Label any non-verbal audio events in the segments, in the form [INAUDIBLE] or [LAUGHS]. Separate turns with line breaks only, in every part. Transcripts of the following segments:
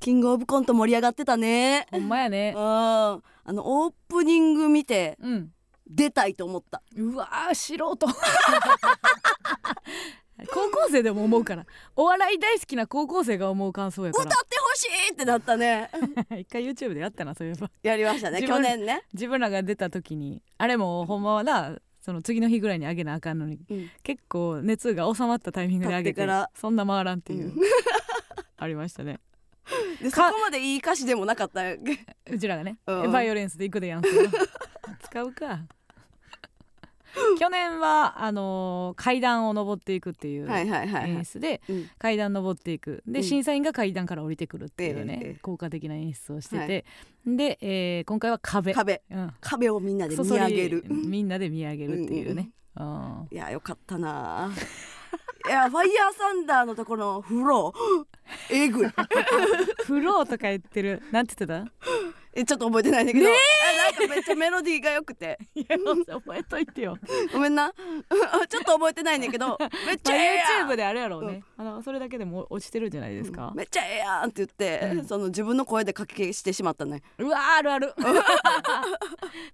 キングオブコント盛り上がってたね
ほんまや
うん
ね
あのオープニング見て
うん
出たいと思った
うわー素人 [LAUGHS] 高校生でも思うからお笑い大好きな高校生が思う感想や
歌
か
ってほしいってなったね
ら [LAUGHS] 一回 YouTube でやったなそういえば
[LAUGHS] やりましたね
自
去
分
年ね
自分らが出た時にあれもほんまはなその次の日ぐらいにあげなあかんのに
うん
結構熱が収まったタイミングであ
経
げ
ってか
て
ら
そんな回らんっていう、
うん
[LAUGHS] ありましたね
でそ
か
こまでいい歌詞でもなかったよ
うちらがね、
うん
バイオレンスで行くでやんす [LAUGHS] 使
[LAUGHS]
うか去年はあのー階段を登っていくっていう
はいはいはいは
演
い
出で
うん
階段登っていくで、
うん
審査員が階段から降りてくるっていうね、
ええええ
効果的な演出をしてて、で、えー今回は壁
壁
うん、
壁をみんなで見上げる
そそりみんなで見上げるっていうね、うん
いやよかったないやファイヤーサンダーのところのフローえぐい
フローとか言ってるなんて言って
[LAUGHS] えちょっと覚えてないんだけど、えなんかめっちゃメロディーが良くて
たいや覚えとい
[LAUGHS]
てよ
ごめんなちょっと覚えてないんだけどめっち
ま
ゃ
あ
ええやん
YouTube であれやろうね、あのそれだけでも落ちてるんじゃないですか、
めっちゃええやんって言って、
うん
その自分の声でかき消してしまったね
うわあ
[LAUGHS]
るある [LAUGHS]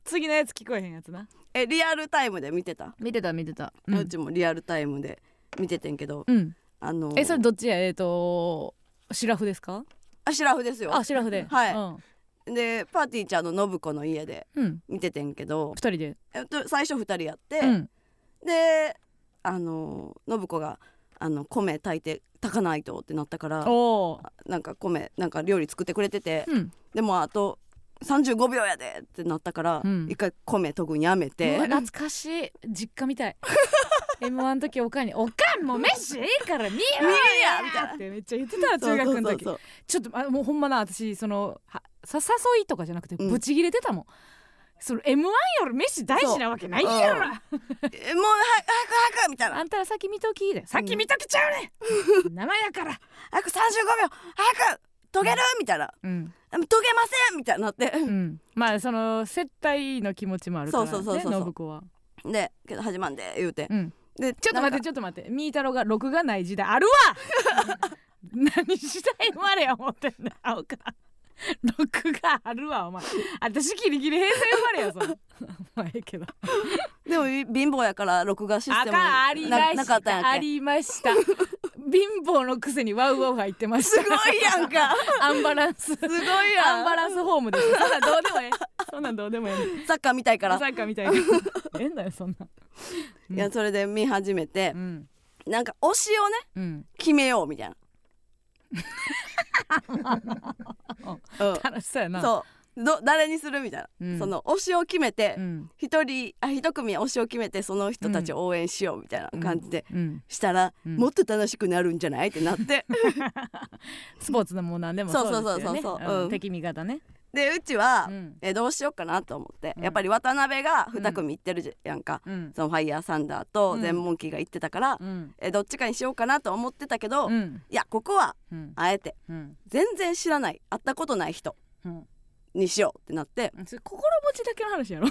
次のやつ聞こえへんやつな
えリアルタイムで見てた、
見てた見てた
う
うん、
ちもリアルタイムで見ててんけど
うん
あの
えそれどっちやえっ、とシラフですか
あシラフですよ
あシラフで
はい
うん
でパーティーちゃんの信子の家で
うん
見ててんけど
二、人で
えっと、最初2人やって、
うん
であの信子があの米炊いて炊かないとってなったから
おー
なんか米なんか料理作ってくれてて、
うん
でもあと35秒やでってなったから、
うん
一回米研ぐんやめ
う
て
わ懐かしい実家みたい [LAUGHS] M1 の時おかんに「おかんもう飯いいから見え
見
よ!」
えやみたいな
ってめっちゃ言ってた中学の時
そうそうそう
ちょっとあもうほんまな私そのはさ誘いとかじゃなくて
うん
ブチ切れてたもん、その M1 より飯大事なわけないやろ
そうえもうは早く早くみたいな
あんたら先見ときで先見ときちゃうね、ん、生やから、
早く35秒早く研げるみたいな
うん
でも研げませんみたいになって
うん、まあその接待の気持ちもあるからね
そうそうそうそうそう
信子は、
でけど始まんで言うて、
うん、
で
ちょっと
なん
待っ
か
てちょっと待ってみーたろうが録画ない時代あるわ [LAUGHS] 何時代生まれや思ってんだ青か録画あるわお前私ギリギリ平成生まれやぞまあええけど
でも貧乏やから録画シス
あ
テム
かんありま
な
し
な
た
かったんや
あ
っけ
りました貧乏のくせにワウワウ入ってまし
す
た
ごいやんか
アンバラン
す
ス
ごいや
アン
ん
バランスホームですそんなんどうでもええそんなんどうでもええねん
サッカーみたいから、
サッカー
[LAUGHS]
みたいなええんだよそんなうん
いやそれで見始めて
う、ん
なんか推しをね
うん
決めようみたい
[LAUGHS]
なうん
楽しそうやな
そうど誰にするみたいな、
うん
その推しを決めて
うん
一、人あ一組推しを決めてその人たちを応援しようみたいな感じで
うん
したら、
うん
もっと楽しくなるんじゃないってなって
スポーツでも何でも
そう
そうですよね
そうそうそうそううん
ん敵味方ね
でうちは、
うん
えどうしようかなと思って、
うん
やっぱり渡辺が2組行ってるじゃんか、
うん
そのファイヤーサンダーと全問キーが行ってたから、
うん
えどっちかにしようかなと思ってたけど、
う
い
ん
やここは
うん
あえて
うん
全然知らない会ったことない人
うん
にしようってなって
それ心持ちだけの話
[LAUGHS]
やろ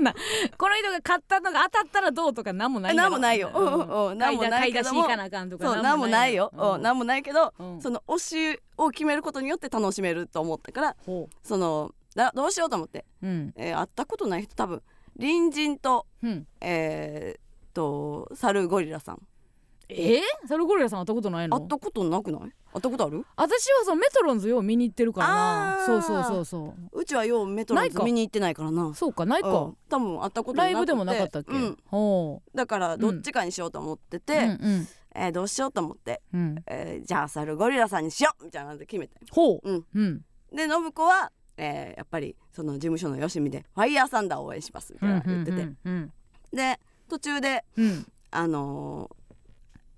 なこの人が買ったのが当たったらどうとかなんもないや
な
ろ
んもないよ
うん
うんうんなんもない
買い
け
出し
ども
行かなあかんとか
そうなんもないよ、うん、なんもないけど、
うん
その推しを決めることによって楽しめると思ったから
ほ
そのだどうしようと思って、
ううん
えー会ったことない人多分隣人と
うん
えー、っとサルゴリラさん
えー、サルゴリラさん会ったことないの
会ったことなくない会ったことある
私はそのメトロンズよう見に行ってるからな
あー
そうそうそうそう
うちはようメトロンズ
ないか
見に行ってないからな
そうかないか、
うん多分会ったことなく
ラ
て
イブでもなかったっけ、
うん、
ほう
だからどっちかにしようと思ってて、
うんうん
えーどうしようと思って、
うん
えーじゃあサルゴリラさんにしようみたいなんで決めて
ほう
うん
うん
で信子は、えーやっぱりその事務所のよしみで「ファイヤーサンダーを応援します」みたいなの言ってて、
うんうん
で途中で
うんうん
あのー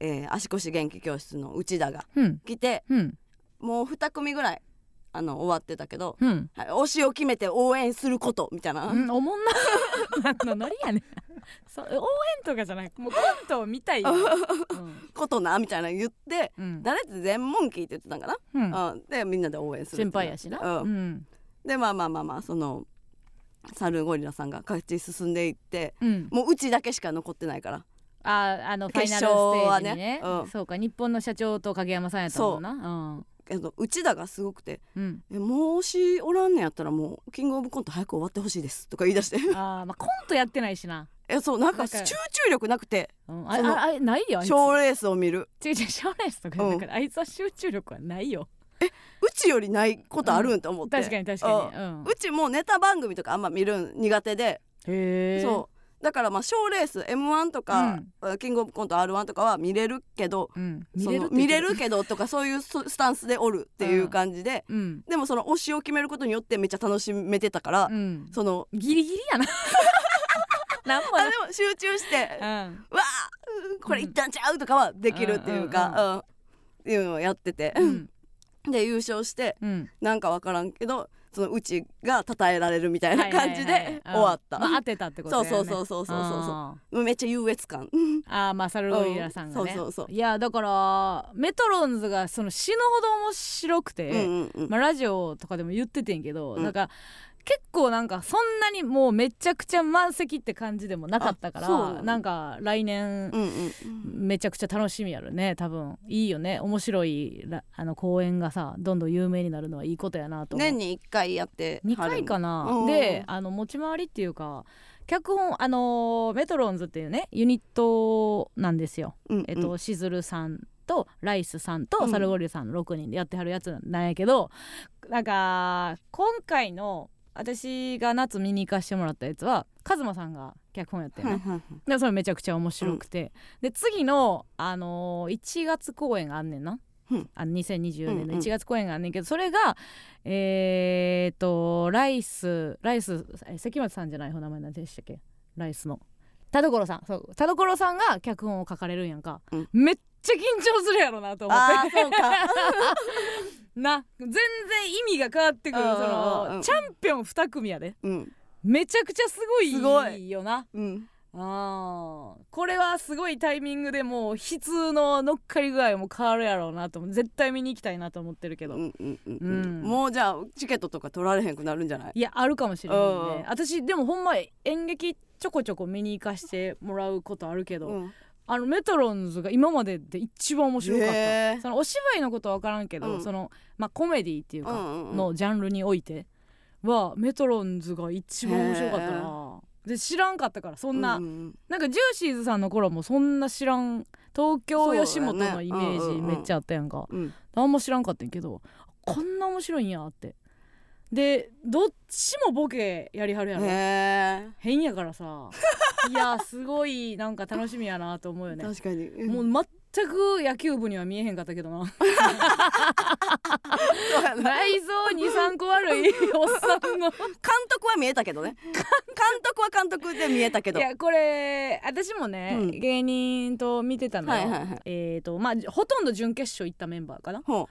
えー足腰元気教室の内田が
うん
来て
うん
もう2組ぐらいあの終わってたけど、
うん [LAUGHS]
はい推しを決めて応援することみたいな、
うん、おもんな何のノリやねん [LAUGHS] そう応援とかじゃないもうコントを見たい、うん
ことなみたいなの言って
うん
誰って全問聞いて言ってたんかな、
うん、
うんでみんなで応援するって
先輩やしな、
うん
うん
でまあまあまあまあそのサルゴリラさんが勝ち進んでいって
うん
もううちだけしか残ってないから
ああのファイナルステ
決勝は
ージ
ね
にね
うん
そうか日本の社長と影山さんやったもんな
あのうちだがすごくて
うん、
えもう推しおらんねやったらもうキングオブコント早く終わってほしいですとか言い出して
あーまあコントやってないしな、
えそうなん
な
か
んか
集中力なくて
うん、あ
その
ああないよあいつ
賞ーレースを見る
違う違う賞レースとか
うん
だからあいつは集中力はないよ
うちよりないことあるんと思って、
確かに確かに、うん、
うちもネタ番組とかあんま見るん苦手で、
へえ
そうだからまあ賞ーレース m 1とか、キングオブコント r 1とかは見れるけど
う、うん、
その
って言
見
って
れるけどとかそういうススタンスでおるっていう感じで、
うん、
でもその推しを決めることによってめっちゃ楽しめてたから、
うん、
その
ギリギリやななんも
あ
な
でも集中して
うん、
わあうんこれいったんちゃうとかはできるっていうか、うんっていうのをやってて、
うん
で優勝して
うん、
なんかわからんけどそのうちが称えられるみたいな感じ
はいはいはい
で終わった、
うんまあ、当てたってこ
そ
とや
うそ
ね
うそうそうそうそうそうもうめっちゃ優越感うん
ああマサルゴリラさんがね、
うんそうそうそう
いやだからメトロンズがその死ぬほど面白くて、
うんうん
まあ、ラジオとかでも言っててんけど、
うん
なんか結構なんかそんなにもうめちゃくちゃ満席って感じでもなかったか
あそうな
ら
の
なんか来
う
年
んうん
めちゃくちゃ楽しみやるね多分いいよね面白いらあの公演がさどんどん有名になるのはいいことやなと思う
年に一回やって
2回か
な
な、
うん
であの持ち回りっていうか脚本あのーメトロンズっていうねユニットなんですよ、
うんうん
えっとしずるさんとライスさんと
うん
サルゴリュウさんの6人でやってはるやつなんやけど、なんか今回の私が夏見に行かしてもらったやつはカズマさんが脚本やったよね、
はいはいはい
でそれめちゃくちゃ面白くて、で次の、あのー1月公演があんねんな、
うん
あの2024年
うんう
の
ん
1月公演があんねんけど、それがえー、っとライスライスえ関町さんじゃないお名前何でしたっけライスの田所さんそう田所さんが脚本を書かれるんやんか、
うん
めっちゃ緊張するやろなと思って
あーそうか
[LAUGHS] な全然意味が変わってくる
うんうん
その、
うん
チャンピオン2組やで
うん
めちゃくちゃすごい
すごい
よな
うん
あーこれはすごいタイミングでもう悲痛の乗っかり具合も変わるやろうなと思う絶対見に行きたいなと思ってるけ
う
ど、
んうんうん
う
うんんもうじゃあチケットとか取られへんくなるんじゃない
いやあるかもしれないね
うん
私でもほんま演劇ちょこちょこ見に行かしてもらうことあるけど、
うん
あのメトロンズが今までで一番面白かった、
へー
そのお芝居のことは分からんけど、
うん
その、まあ、コメディっていう
う
か
んうんうん
のジャンルにおいてはメトロンズが一番面白かった
へ
な。で知らんかったからそんな、
ううん
なんかジューシーズさんの頃もそんな知らん東京吉本のイメ
そうだ
ージ
ね
めっちゃあったやんか、
うん
あんま知らんかったんやけどこんな面白いんやってでどっちもボケやりはるやろ、
へえ
変やから
[LAUGHS]
さいやすごいなんか楽しみやなと思うよね
確かにうん
もう全く野球部には見えへんかったけ
[LAUGHS]
どな
そうやな
内臓23個悪いおっさん
監
の
督は見えたけど
[LAUGHS]
ね監督は監督で見えたけど
いやこれ私もね、
うん
芸人と見てたのよ、
はいはいはい
えっ、とまあほとんど準決勝行ったメンバーかな、
ほ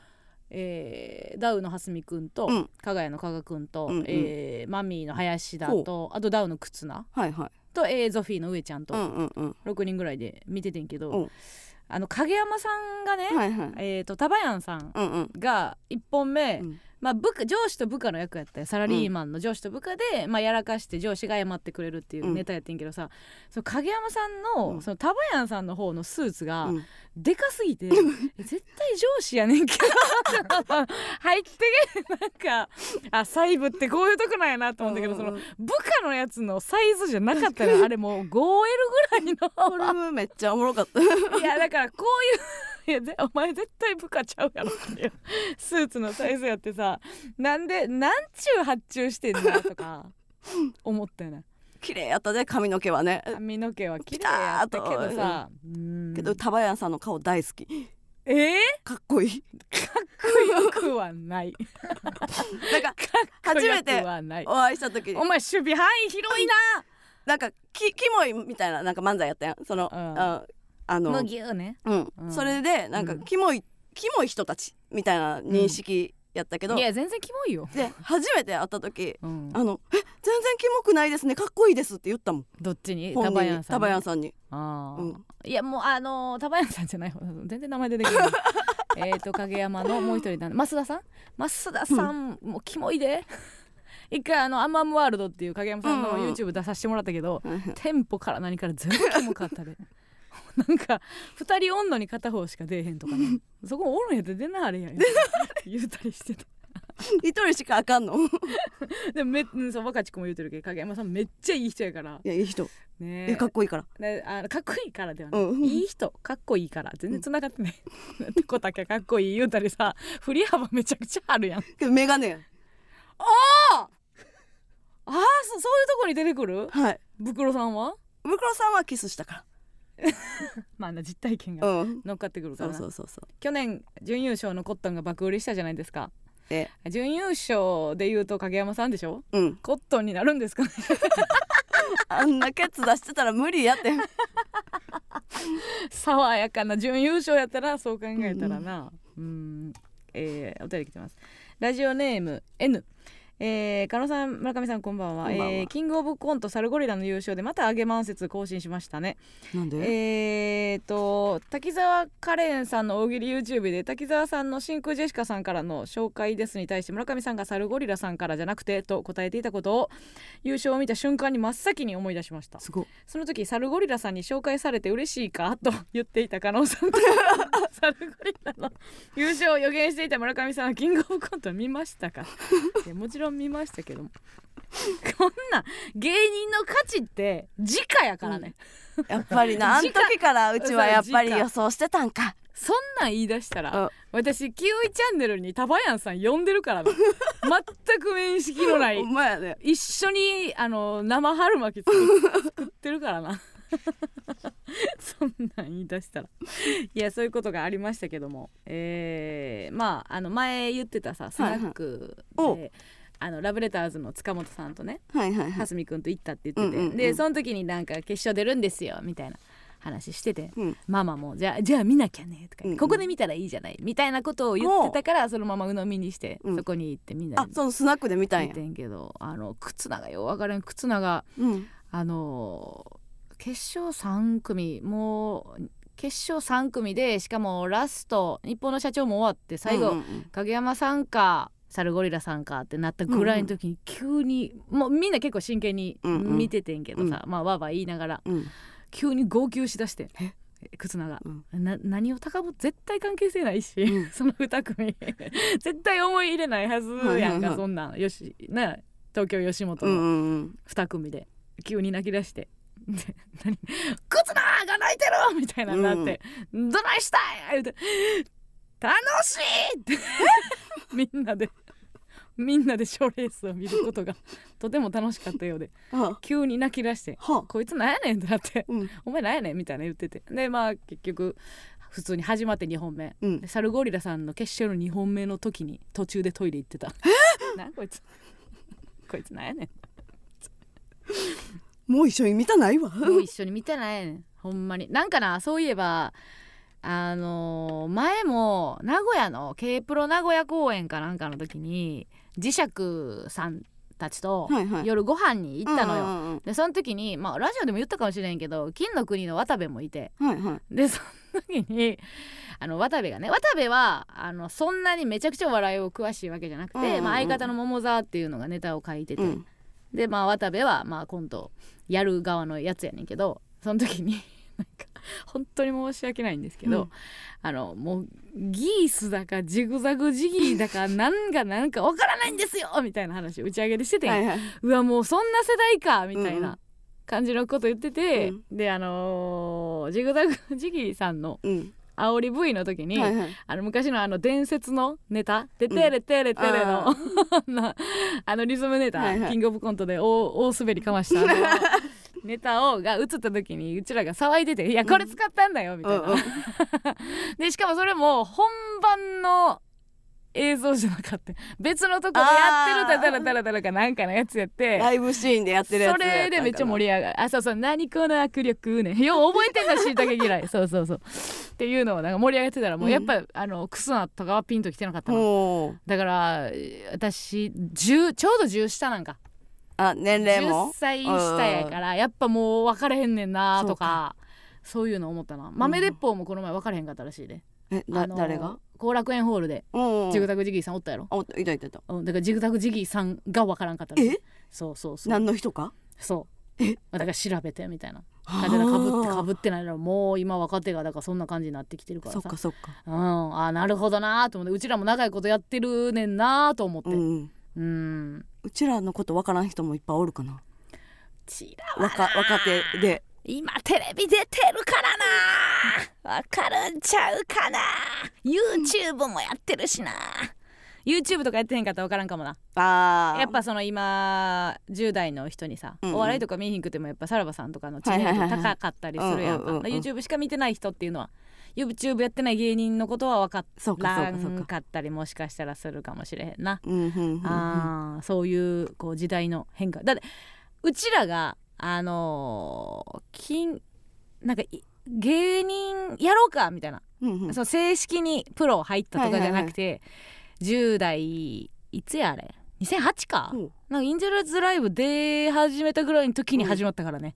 えーダウの蓮見くんと、
うん
加賀谷の加賀くんと、
うんうん
えーマミーの林田とあとダウの忽那
うはいはい
と、えーゾフィーの上ちゃん
う
と
んうんうん
6人ぐらいで見ててんけど、
うん
あの影山さんがね、
はいはい
えっ、とタバヤンさん
うんうん
が1本目、
うん
まあ、部下上司と部下の役やったよサラリーマンの上司と部下で、まあ、やらかして上司が謝ってくれるっていうネタやってんけどさ、その影山さんの,、
うん
そのタバヤンさんの方のスーツが、
うん
でかすぎ [LAUGHS] てえ絶対上司やねんけど [LAUGHS] 入ってけなんかあ細部ってこういうとこなんやなと思ったけど、そ
う
の
ん
部下のやつのサイズじゃなかったのあれもう 5L ぐ
これもめっちゃおもろかった
[LAUGHS] らいのいやだからこ [LAUGHS] ういういやぜお前絶対部下ちゃうやろっていうスーツのサイズやってさなんでなんちゅう発注してんだとか思った [LAUGHS] よね
綺麗やったね髪の毛はね
髪の毛は綺麗やったけどさ、うん
けどタバヤンさんの顔大好き
えー、 [LAUGHS]
かっこいい
かっこよくはない
なんか初め
かっこよ
て
くはない
お会いした時に
お前守備範囲広いな
なんかキキモいみたいななんか漫才やったやんその
う
うんんあの
ぎゅうねう
うんんそれでなん
う
か
ん
キモいキモい人たちみたいな認識やったけど
い
で
や全然キモいよ、
初めて会った時
うん、
あの「え全然キモくないですねかっこいいです」って言ったもん
どっちに
本
タバ
人
ヤン
に
さん
タバヤンさんに、
あー
うん
いやもうあのー、タバヤンさんじゃない方全然名前出てこな
[LAUGHS]
いえっと影山のもう一人なんで増田さん増田さん、もうキモいで一回あのアンマムワールドっていう影山さんの
うんうん
YouTube 出させてもらったけど、
うん
テンポから何から全部キモかったで [LAUGHS] なんか二人おんのに片方しか出えへんとかね
[LAUGHS]
そこおるんやって出なはれやん言うたりしてた
一人しかあかんの
[LAUGHS] でもめうんそう若ちくんも言うてるけど影山さんめっちゃいい人やから
いやいい人
ね
えかっこいいから
ねあのかっこいいからではな
う
い、
ん
いい人かっこいいから全然繋がってない、なんてこたけかっこいい言うたりさ [LAUGHS] 振り幅めちゃくちゃあるやん
けど眼鏡やん
ああそそういうとこに出てくる
はい
ブクロさんは
ブクロさんはキスしたか
まあな実体験が
らうん
乗っかってくるか
そ
ら
う
な
そうそうそう
去年準優勝のコットンが爆売りしたじゃないですか
え
準優勝で言うと影山さんでしょ
うん
コットンになるんですかね
あんなケツ出してたら無理やって
爽やかな準優勝やったらそう考えたらなうんえーお便り来てますラジオネーム N えー、加納さん村上さんこんばんは
こんばんは
えーキングオブコントサルゴリラの優勝でまた上げ満節更新しましたね
なんで
えー、と滝沢カレンさんの大喜利 YouTube で滝沢さんの真空ジェシカさんからの紹介ですに対して村上さんがサルゴリラさんからじゃなくてと答えていたことを優勝を見た瞬間に真っ先に思い出しました
すごい
その時サルゴリラさんに紹介されて嬉しいかと言っていた加納さんとサルゴリラの優勝を予言していた村上さんはキングオブコント見ましたかいやもちろん見ましたけどもこんな芸人の価値って直やからね、
やっぱりなあん
[LAUGHS]
時
時
か
間
らうちはやっぱり
そう時間
予想してたんか
そんなん言い出したら
あ
私キウイチャンネルにタバヤンさん呼んでるからな全く面識のない
ほんまやね
一緒にあの生春巻き作っ作ってるからな [LAUGHS] そんなん言い出したらいやそういうことがありましたけどもえーまああの前言ってたさスナックで、
はいは
あのラブレターズの塚本さんとね
はいはいはい
蓮見君と行ったって言ってて、
うんうんうん
でその時になんか決勝出るんですよみたいな話してて、
うん
ママもじゃあじゃあ見なきゃねとか言って、
うんうん
ここで見たらいいじゃないみたいなことを言ってたからそのまま鵜呑みにして、
うん
そこに行ってみんな
あ
で
そのスナックで見たん
見
や
てんけどあの忽那がよう分からん忽那が
うん
あのー決勝3組もう決勝3組でしかもラスト日本の社長も終わって最後、
うんうん
影山さんかサルゴリラさんかってなったぐらいの時に急に、もうみんな結構真剣に
うんうん
見ててんけどさ、まあわーわー言いながら
うん
急に号泣しだして忽那が、
う
な何を高ぶ絶対関係性ないし、
うん
その2組 [LAUGHS] 絶対思い入れないはず
はい
や
は
ん
いは
か
い
そんなんよしな東京吉本
うんう
の
んうん
2組で急に泣き出して。 [LAUGHS] で何「忽那が泣いてる!」みたいなのなって「どないしたい!」言うて「楽しい!」って
[LAUGHS]
みんなでみんなで賞レースを見ることがとても楽しかったようで
あ
急に泣き出して
は
「こいつなんやねん」ってなって
うん
「お前なんやねん」みたいな言っててでまあ結局普通に始まって2本目
うん
でサルゴリラさんの決勝の2本目の時に途中でトイレ行ってた [LAUGHS] なんこいつこいつなんやね
もう一緒に見たないわ
んもう一緒に見てないねんほんまになんかなそういえばあのー前も名古屋の K プロ名古屋公演かなんかの時に磁石さんたちと
はいはい
夜ご飯に行ったのよ、
うんうん
でその時にまあラジオでも言ったかもしれんけど金の国の渡部もいて
うんはいはい
でその時にあの渡部がね渡部はあのそんなにめちゃくちゃお笑いを詳しいわけじゃなく
う
て、
んうんうん
まあ、相方の桃沢っていうのがネタを書いてて、
うん
で、まあ、渡部は、まあ、今度やる側のやつやねんけどその時に [LAUGHS] なんか本当に申し訳ないんですけど、
うん
あのもうギースだかジグザグジギーだかなんがなんかわからないんですよみたいな話を打ち上げでしててん、
はいはいう
わもうそんな世代かみたい
うんう
な感じのこと言ってて、
うん
であのージグザグジギーさんの
うん
煽り V の時に、
はいはい
あの昔のあの伝説のネタ「で
ん
テレテレテレの」
あ
なあのリズムネタ、
はいはい
キングオブコントで大大滑りかましたあのネタをが映った時にうちらが騒いでて「いやこれ使ったんだよ」みたいな。
うんうん
[LAUGHS] でしかもそれも本番の映像じゃなかった別のとこでやって
あ
る
ー
だらだらだらかなんかのやつやって。
ライブシーンでやってるやつ
それでめっちゃ盛り上がるあそうそう何この握力ね [LAUGHS] よう覚えてんだしいたけ
[LAUGHS]
嫌いそうそうそうっていうのをなんか盛り上げてたらもうやっぱ、あのクスナとかはピンときてなかったの
おー
だから私10ちょうど10下なんか
あ年齢
10
も
歳下やからやっぱもう分かれへんねんなとかそういうの思ったな豆鉄砲もこの前分かれへんかったらしいで、
えだ
あの
誰が
後楽園ホールで
うん
ジグザグジギーさんおったやろ、
あおったいたいたいた
うん、だからジグザグジギーさんが分からんかったらしい
え
そうそうそう
何の人か
そう
え
だから調べてみたいなだからかぶって
あー
かぶってないのもう今若手がだからそんな感じになってきてるから
そ
さ
っかそっか
うん、あーなるほどなーと思ってうちらも長いことやってるねんなーと思って
う
うん、
んうちらのことわからん人もいっぱいおるか
[LAUGHS]
な
ちら
若若手で
今テレビ出てるからなーわかるんちゃうかなー YouTube もやってるしなー YouTube とかやってへんかったらわからんかもな
あー
やっぱその今10代の人にさ、
うんうん
お笑いとか見えへんくてもやっぱさらばさんとかの知名
はいはい
度
はいはい
高かったりするやんか
うんうんうんうん
YouTube しか見てない人っていうのは YouTube やってない芸人のことは分かっ
そうかそ
ら
うかそうんか
かったりもしかしたらするかもしれへんな、
うんうんうんうん
あーそういうこう時代の変化だってうちらがあのー金なんかい芸人やろうかみたいな、
うんうん
そう正式にプロ入ったとかじゃなくて、10代いつやあれ2008か、
うん
なんかインジェルズライブ出始めたぐらいの時に始まったからね、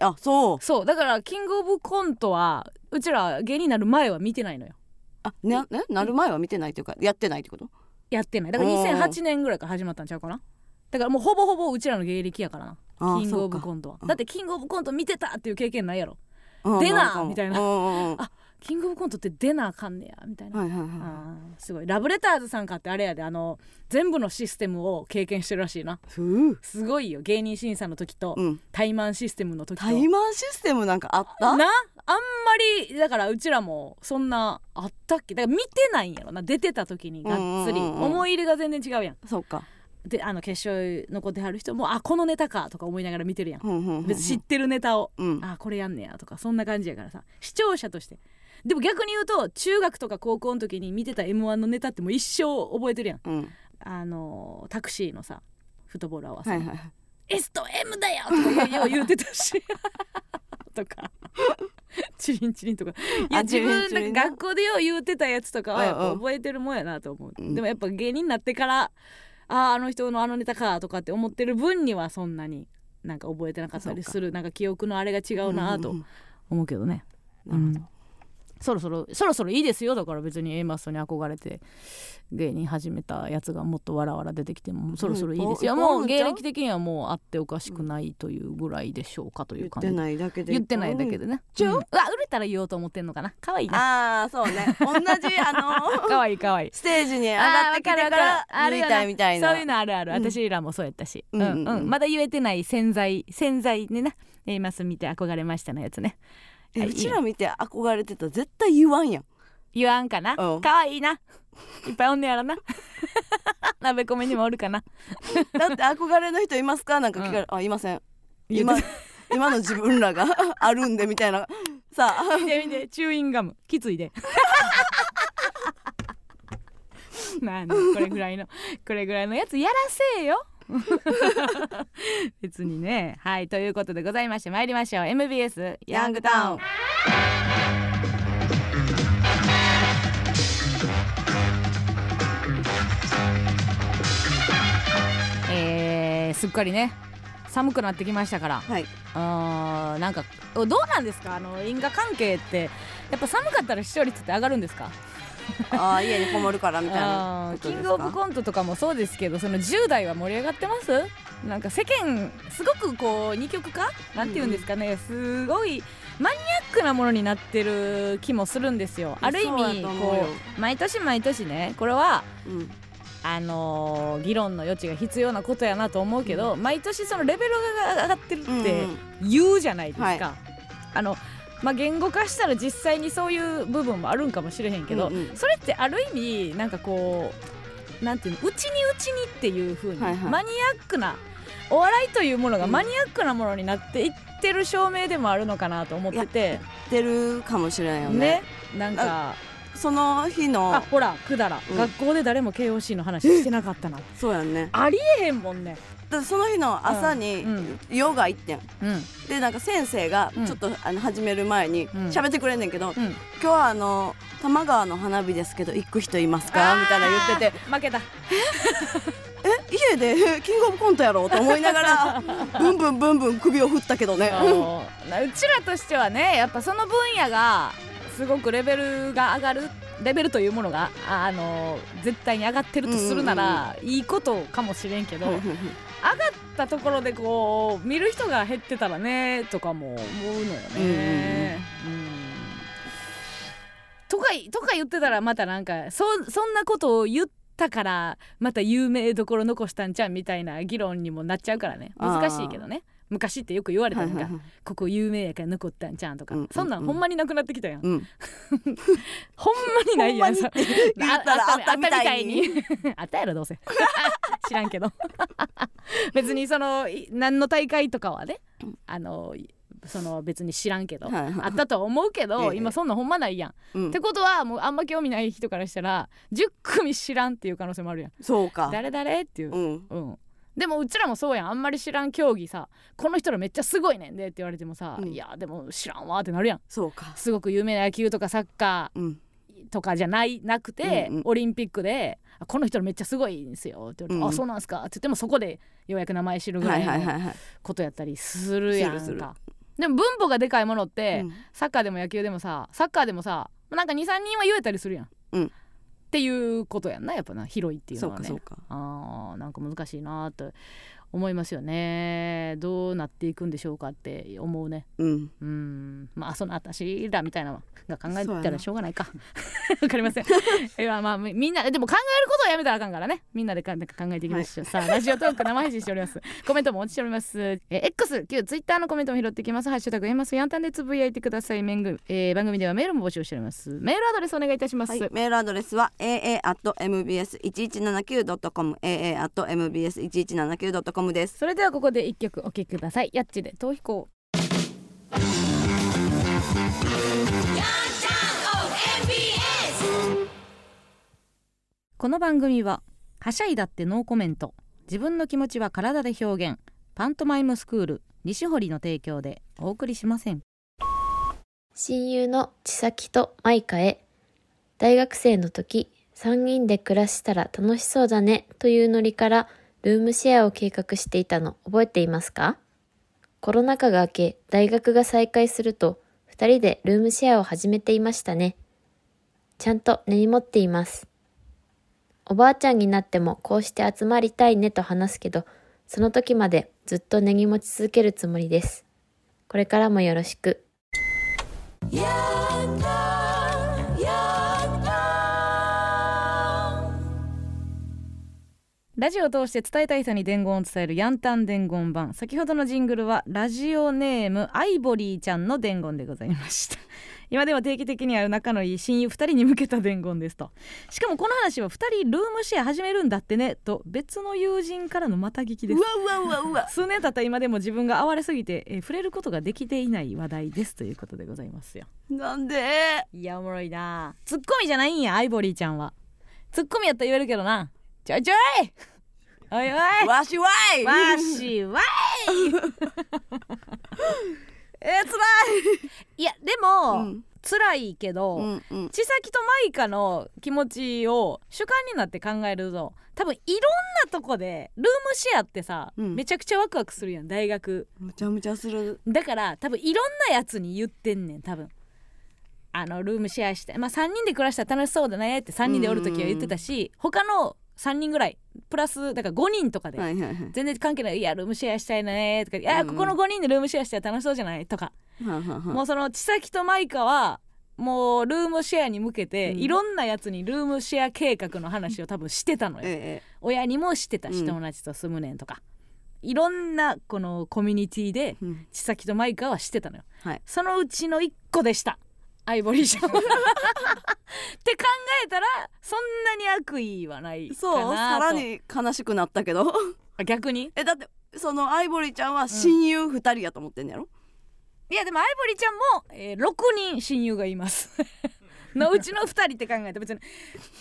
あそう
そうだからキングオブコントはうちら芸人になる前は見てないのよ
あなななる前は見てないというかやってないってこと
やってないだから
おー
2008年ぐらいから始まったんちゃうかなだからもうほぼほぼうちらの芸歴やからな
あー
キングオ
そ
ブ
うか
コントは
うん
だってキングオブコント見てたっていう経験ないやろ
うん
出な
るかも
みたいな
うんうんうん
あキングオブコントって出なあかんねやみたいな、
はいはいは
あーすごいラブレターズさんかってあれやであの全部のシステムを経験してるらしいない
ふう
すごいよ芸人審査の時と、
うん
怠慢システムの時と
タイマンシステムなんかあった
なあんまりだからうちらもそんなあったっけだから見てないんやろな出てた時にがっつり
うんうんうんうん
思い入れが全然違うやん
そうか
であの決勝残ってはる人もあこのネタかとか思いながら見てるやん
うんうんうんうん
別に知ってるネタを
うん
あこれやんねやとかそんな感じやからさ視聴者としてでも逆に言うと中学とか高校の時に見てた m 1のネタってもう一生覚えてるやん
うん
あのタクシーのさフットボール合わせ、
はいはい
S と M だよとかよう言うてたし [LAUGHS] とかチリンチリンとかいや
あ
自
チリン
分
チ
な
リ
ん
ン
か
な
学校でよう言うてたやつとかはやっ
うん
ぱ
うん
覚えてるもんやなと思う、
うん
でもやっぱ芸人になってからあーあの人のあのネタかとかって思ってる分にはそんなになんか覚えてなかったりするなんか記憶のあれが違うなと
んん
思うけどね、
うんなるほど
そろそろそろそろいいですよだから別に A マストに憧れて芸人始めたやつがもっとわらわら出てきてもそろそろいいですよ、
うんいっぱい
も
お
う
るんち
芸
ゃう
歴的にはもうあっておかしくないというぐらいでしょうかとい
言
う
っ
感
て
じ
ないだけで
言ってないだけでね
ちゃうん
わ売れたら言おうと思ってんのかな可愛い
あ
な
あそうね同じあの
[LAUGHS] 可愛い可愛い
ステージに上がってきてから言いたいみたいな
そういうのあるある、
うん
私らもそうやったし、う
うんん
う
うんんうん
まだ言えてない潜在潜在でな A マス見て憧れましたのやつね
えうちら
いい
見て憧れてたら絶対言わんやん
言わんかな
うん
可愛いないっぱいおんねやろな [LAUGHS] 鍋米にもおるかな
だって憧れの人いますかなんか聞かれ、あいません今
言
今の自分
[LAUGHS]
らがあるんでみたいなさあ
見て見てチューインガムきついで [LAUGHS] なんでこれぐらいのこれぐらいのやつやらせえよ [LAUGHS] 別にねはいということでございまして参りましょう MBS ヤングタウンえー、すっかりね寒くなってきましたから
はい
あーなんかどうなんですかあの因果関係ってやっぱ寒かったら視聴率って上がるんですか
あー家にこもるからみたい
あ
な
ーキングオブコントとかもそうですけどその10代は盛り上がってますなんか世間すごくこう二極化なんて言うんですかね、すごいマニアックなものになってる気もするんです
い
よ
や
ある意
そう
味
や
こと
思うよ
う毎年毎年ねこれは
ン、うん
あのー議論の余地が必要なことやなと思うけど、毎年そのレベルが上がってるって、
うんうん
言うじゃないですか、
はい
あのまあ言語化したら実際にそういう部分もあるんかもしれへんけど、
うんうん
それってある意味なんかこうなんていうのうちにうちにっていう風に、
はいはい
マニアックなお笑いというものが
うん
マニアックなものになっていってる証明でもあるのかなと思ってて
出るかもしれないよ
ね
ね
なんか
その日
あ
の
ほらくだら、
うん
学校で誰も KOC の話してなかったな
そうやんね
ありえへんもんね。
だその日の朝に
うん
ヨガ行ってん
うん
でなんか先生が
うん
ちょっとあの始める前に
うん
喋ってくれんねんけど、
うん、
今日はあの多摩川の花火ですけど行く人いますかみたいな言ってて
て負けた
え家でキングオブコントやろうと思いなが [LAUGHS] らブンブンブンブン首を振ったけどね
あのなうちらとしてはねやっぱその分野がすごくレベルが上がるレベルというものがあ
[LAUGHS]
あの絶対に上がってるとするなら、いいことかもしれんけど、上がっったところでこう見る人が減ってたらねとかも思うのよね。うんとかいとか言ってたらまたなんかそそんなことを言ったからまた有名どころ残したんちゃうみたいな議論にもなっちゃうからね難しいけどね昔ってよく言われたのが、
はいはいはい
ここ有名やから残ったんちゃうんとか、
うんうんうん
そんなんほんまになくなってきたやん、
うん、
ほんまにないやん
ほんま
さ
にって言ったらあったみたいに。
あったみたいに [LAUGHS] あったやろどうせ知らんけど [LAUGHS] 別にそのい何の大会とかはねあのいその別に知らんけど、
はいはい
あったとは思うけど、
ええ
今そんなんほんまないやん、
うん
ってことはもうあんま興味ない人からしたら10組知らんっていう可能性もあるやん
そうか。
誰誰っていう、
うん。
うん、でもうちらもそうやんあんまり知らん競技さこの人らめっちゃすごいねんでって言われてもさ、
うん
いやでも知らんわってなるやん
そうか。
すごく有名な野球とかサッカ
うん。
ーとかじゃないなくて、
うんうん
オリンピックであこの人らめっちゃすごいんですよって言われて、
うん
あそうなんすかって言ってもそこでようやく名前知るぐら
はい
い
はい
の
はいはい。
ことやったりするやんか、
するする
でも分母がでかいものって、
うん
サッカーでも野球でもさサッカーでもさなんか23人は言えたりするやん、
うん
っていうことやんなやっぱな広いっていう
そ
の
う
は
か
ね
そうか。
あーなんか難しいなと思いますよねどうなっていくんでしょうかって思うね
うん。
うんまあその私らみたいなのが考え
そうや
たら
な
しょうがないかわかりません [LAUGHS] いやまあみみんなででも考えることはやめたらあかんからねみんなでかなんか考えていきましょう、さあラジオトーク生配信しております [LAUGHS] コメントもお待ちしておりますえー X 旧 Twitter のコメントも拾っていきますハッシュタグエマスヤンタンでつぶやいてくださいメング、えー番組ではメールも募集しておりますメールアドレスお願いいたします、
はい、メールアドレスは aa mbs 一一七九ドットコム aa mbs 一一七九ドットコムです。
それではここで一曲お聴きくださいやっちで逃避行この番組ははしゃいだってノーコメント自分の気持ちは体で表現パントマイムスクール西堀の提供でお送りしません
親友の千咲とマイカへ大学生の時3人で暮らしたら楽しそうだねというノリからルームシェアを計画していたの覚えていますかコロナ禍が明け大学が再開すると2人でルームシェアを始めていましたねちゃんと根に持っていますおばあちゃんになってもこうして集まりたいねと話すけどその時までずっと根に持ち続けるつもりですこれからもよろしく
ラジオを通して伝えたい人に伝言を伝えるヤンタン伝言版先ほどのジングルはラジオネームアイボリーちゃんの伝言でございました [LAUGHS] 今では定期的にある仲のいい親友2人に向けた伝言ですとしかもこの話は2人ルームシェア始めるんだってねと別の友人からのまた聞きで
う
す
わうわうわうわ。
数年経った今でも自分が哀れすぎて、えー触れることができていない話題ですということでございますよ
なんで？
いやおもろいなツッコミじゃないんやアイボリーちゃんはツッコミやったら言えるけどなちょいちょいおいおい
わしわい。
わしは
えー、つ
いやでも、
らい。うん
辛いけど、
うんうん。
千咲とマイカの気持ちを主観になって考えると多分いろんなとこでルームシェアってさ、
うん
めちゃくちゃワクワクするやん大学
むちゃむちゃする。
だから多分いろんなやつに言ってんねん多分あのルームシェアして、まあ、3人で暮らしたら楽しそうだねって3人でおる時は言ってたし他の3人ぐらいプラスだから5人とかで、
はいはいはい。
全然関係ない「いやルームシェアしたいね」とか「いや
うん
ここの5人でルームシェアしたら楽しそうじゃない?」とか、
はんはんはん
もうその千咲とマイカはもうルームシェアに向けて、
うん
いろんなやつにルームシェア計画の話を多分してたのよ。
え
親にもしてたし
うん
友達と住むねんとか、いろんなこのコミュニティで
えうん
千咲とマイカはしてたのよ。
はい。
そのうちの1個でしたアイボリ
[LAUGHS]
ーションって考えたらそんなに悪意はないかなと
そうさらに悲しくなったけ [LAUGHS] ど
あ逆に
えだってそのアイボリーちゃんは親友二人やと思ってんのやろ、
いやでもアイボリーちゃんも、えー、6人親友がいます [LAUGHS] のうちの2人って考えたら別に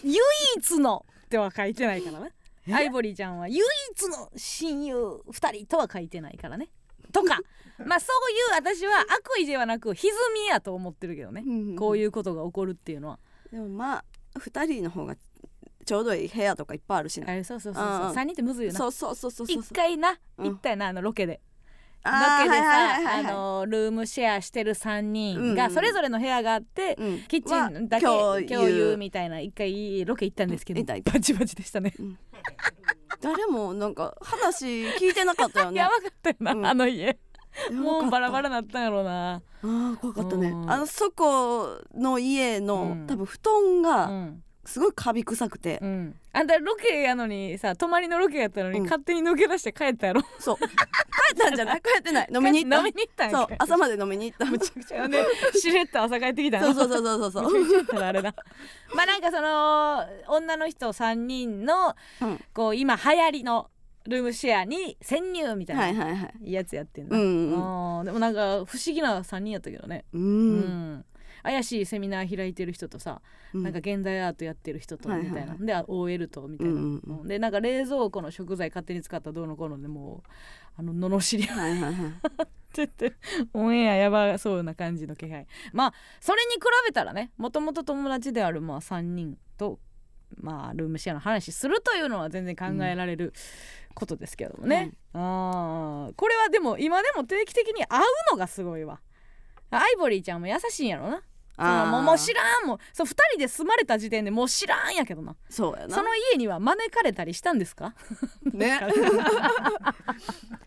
唯一のっては書いてないからねアイボリーちゃんは唯一の親友2人とは書いてないからねとかまあそういう私は悪意ではなく歪みやと思ってるけどねこう
い
いうことが起こるっていうのは
うでもまあ二人の方がちょうどいい部屋とかいっぱいあるし
あ
な
れそうそうそう
うん
そううん3人ってむずいよな
そうそうそうそうそう
一回な
うん
行ったよなあのロケでロ
あー
ケで
はい
さ
はいはいはい
あのルームシェアしてる3人
うんう
が
ん
それぞれの部屋があって
うん
キッチンだけ
は
共有みたいな一回ロケ行ったんですけど
行った行っ
バチバチでしたね、
うん誰もなんか話聞いてなか
[LAUGHS]
ったよね
やばかったよな、
うん
あの家
やばかった
もうバラバラなったんやろうな
ああ怖かったね、
うん
あのそこの家の、
うん
多分布団
う
が
ん、
すごいカビ臭くて、
うん、あんたロケやのにさ泊まりのロケやったのに、
うん
勝手に抜け出して帰ったやろ
そう帰ったんじゃ
[LAUGHS]
ない帰ってない飲みに行った
飲みに行ったんや
そ
っ
う
け
朝まで飲みに行った
[LAUGHS] むちゃくちゃねしれっと朝帰ってきた
そうそう
う
そうそうそう
[LAUGHS] めちゃくちゃやったなあれなまあなんかその女の人3人の
うん
こう今流行りのルームシェアに潜入みた
はいい
な
はいはい
やつやってん
う
の、
んうん
あーでもなんか不思議な3人やったけどね、
う
うん怪しいセミナー開いてる人とさ、
うん
なんか現代アートやってる人とみ
は
た
い
い
はい
な、
はい
であ OL とみたいな、
うんうん
うんでなんか冷蔵庫の食材勝手に使ったどうのこうのでもうあの罵り合っ
はい
[LAUGHS]
はいはい
ててオンエアやばそうな感じの気配まあそれに比べたらねもともと友達であるまあ3人と、まあ、ルームシェアの話するというのは全然考えられることですけどもね、あーこれはでも今でも定期的に会うのがすごいわアイボリーちゃんも優しいんやろなそのもうもう知らんもうそう2人で住まれた時点でもう知らんやけどな
そうやな
その家には招かれたりしたんですか [LAUGHS]
ね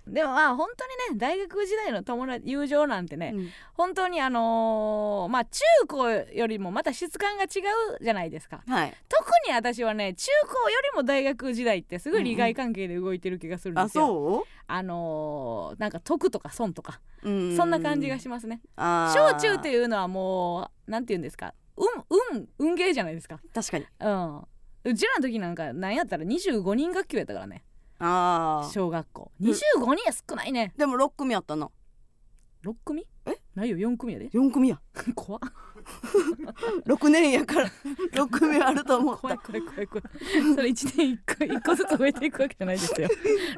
でもまあ本当にね大学時代の友達友情なんて
[LAUGHS]
ね、
うん
本当にあのーまあ中高よりもまた質感が違うじゃないですか
はい
特に私はね中高よりも大学時代ってすごい利害関係で動いてる気がするんで
あ
すよ、
そ
あのーなんか得とか損とか
う、うん、
そんな感じがしますね
あー
小中っていうのはもうなんて言うんですか運運運ゲーじゃないですか
確かに
うんうちらの時なんかなんやったら25人学級やったからね
ああ
小学校
うん
25人は少ないね
でも6組やったな
6組
え
ないよ4組やで [LAUGHS]
4組や
怖っ
6年やから6 [LAUGHS] 組あると思っ
怖い
た
怖い怖い怖いそれ1年1個一個ずつ増えていくわけじゃな
[LAUGHS]
いですよ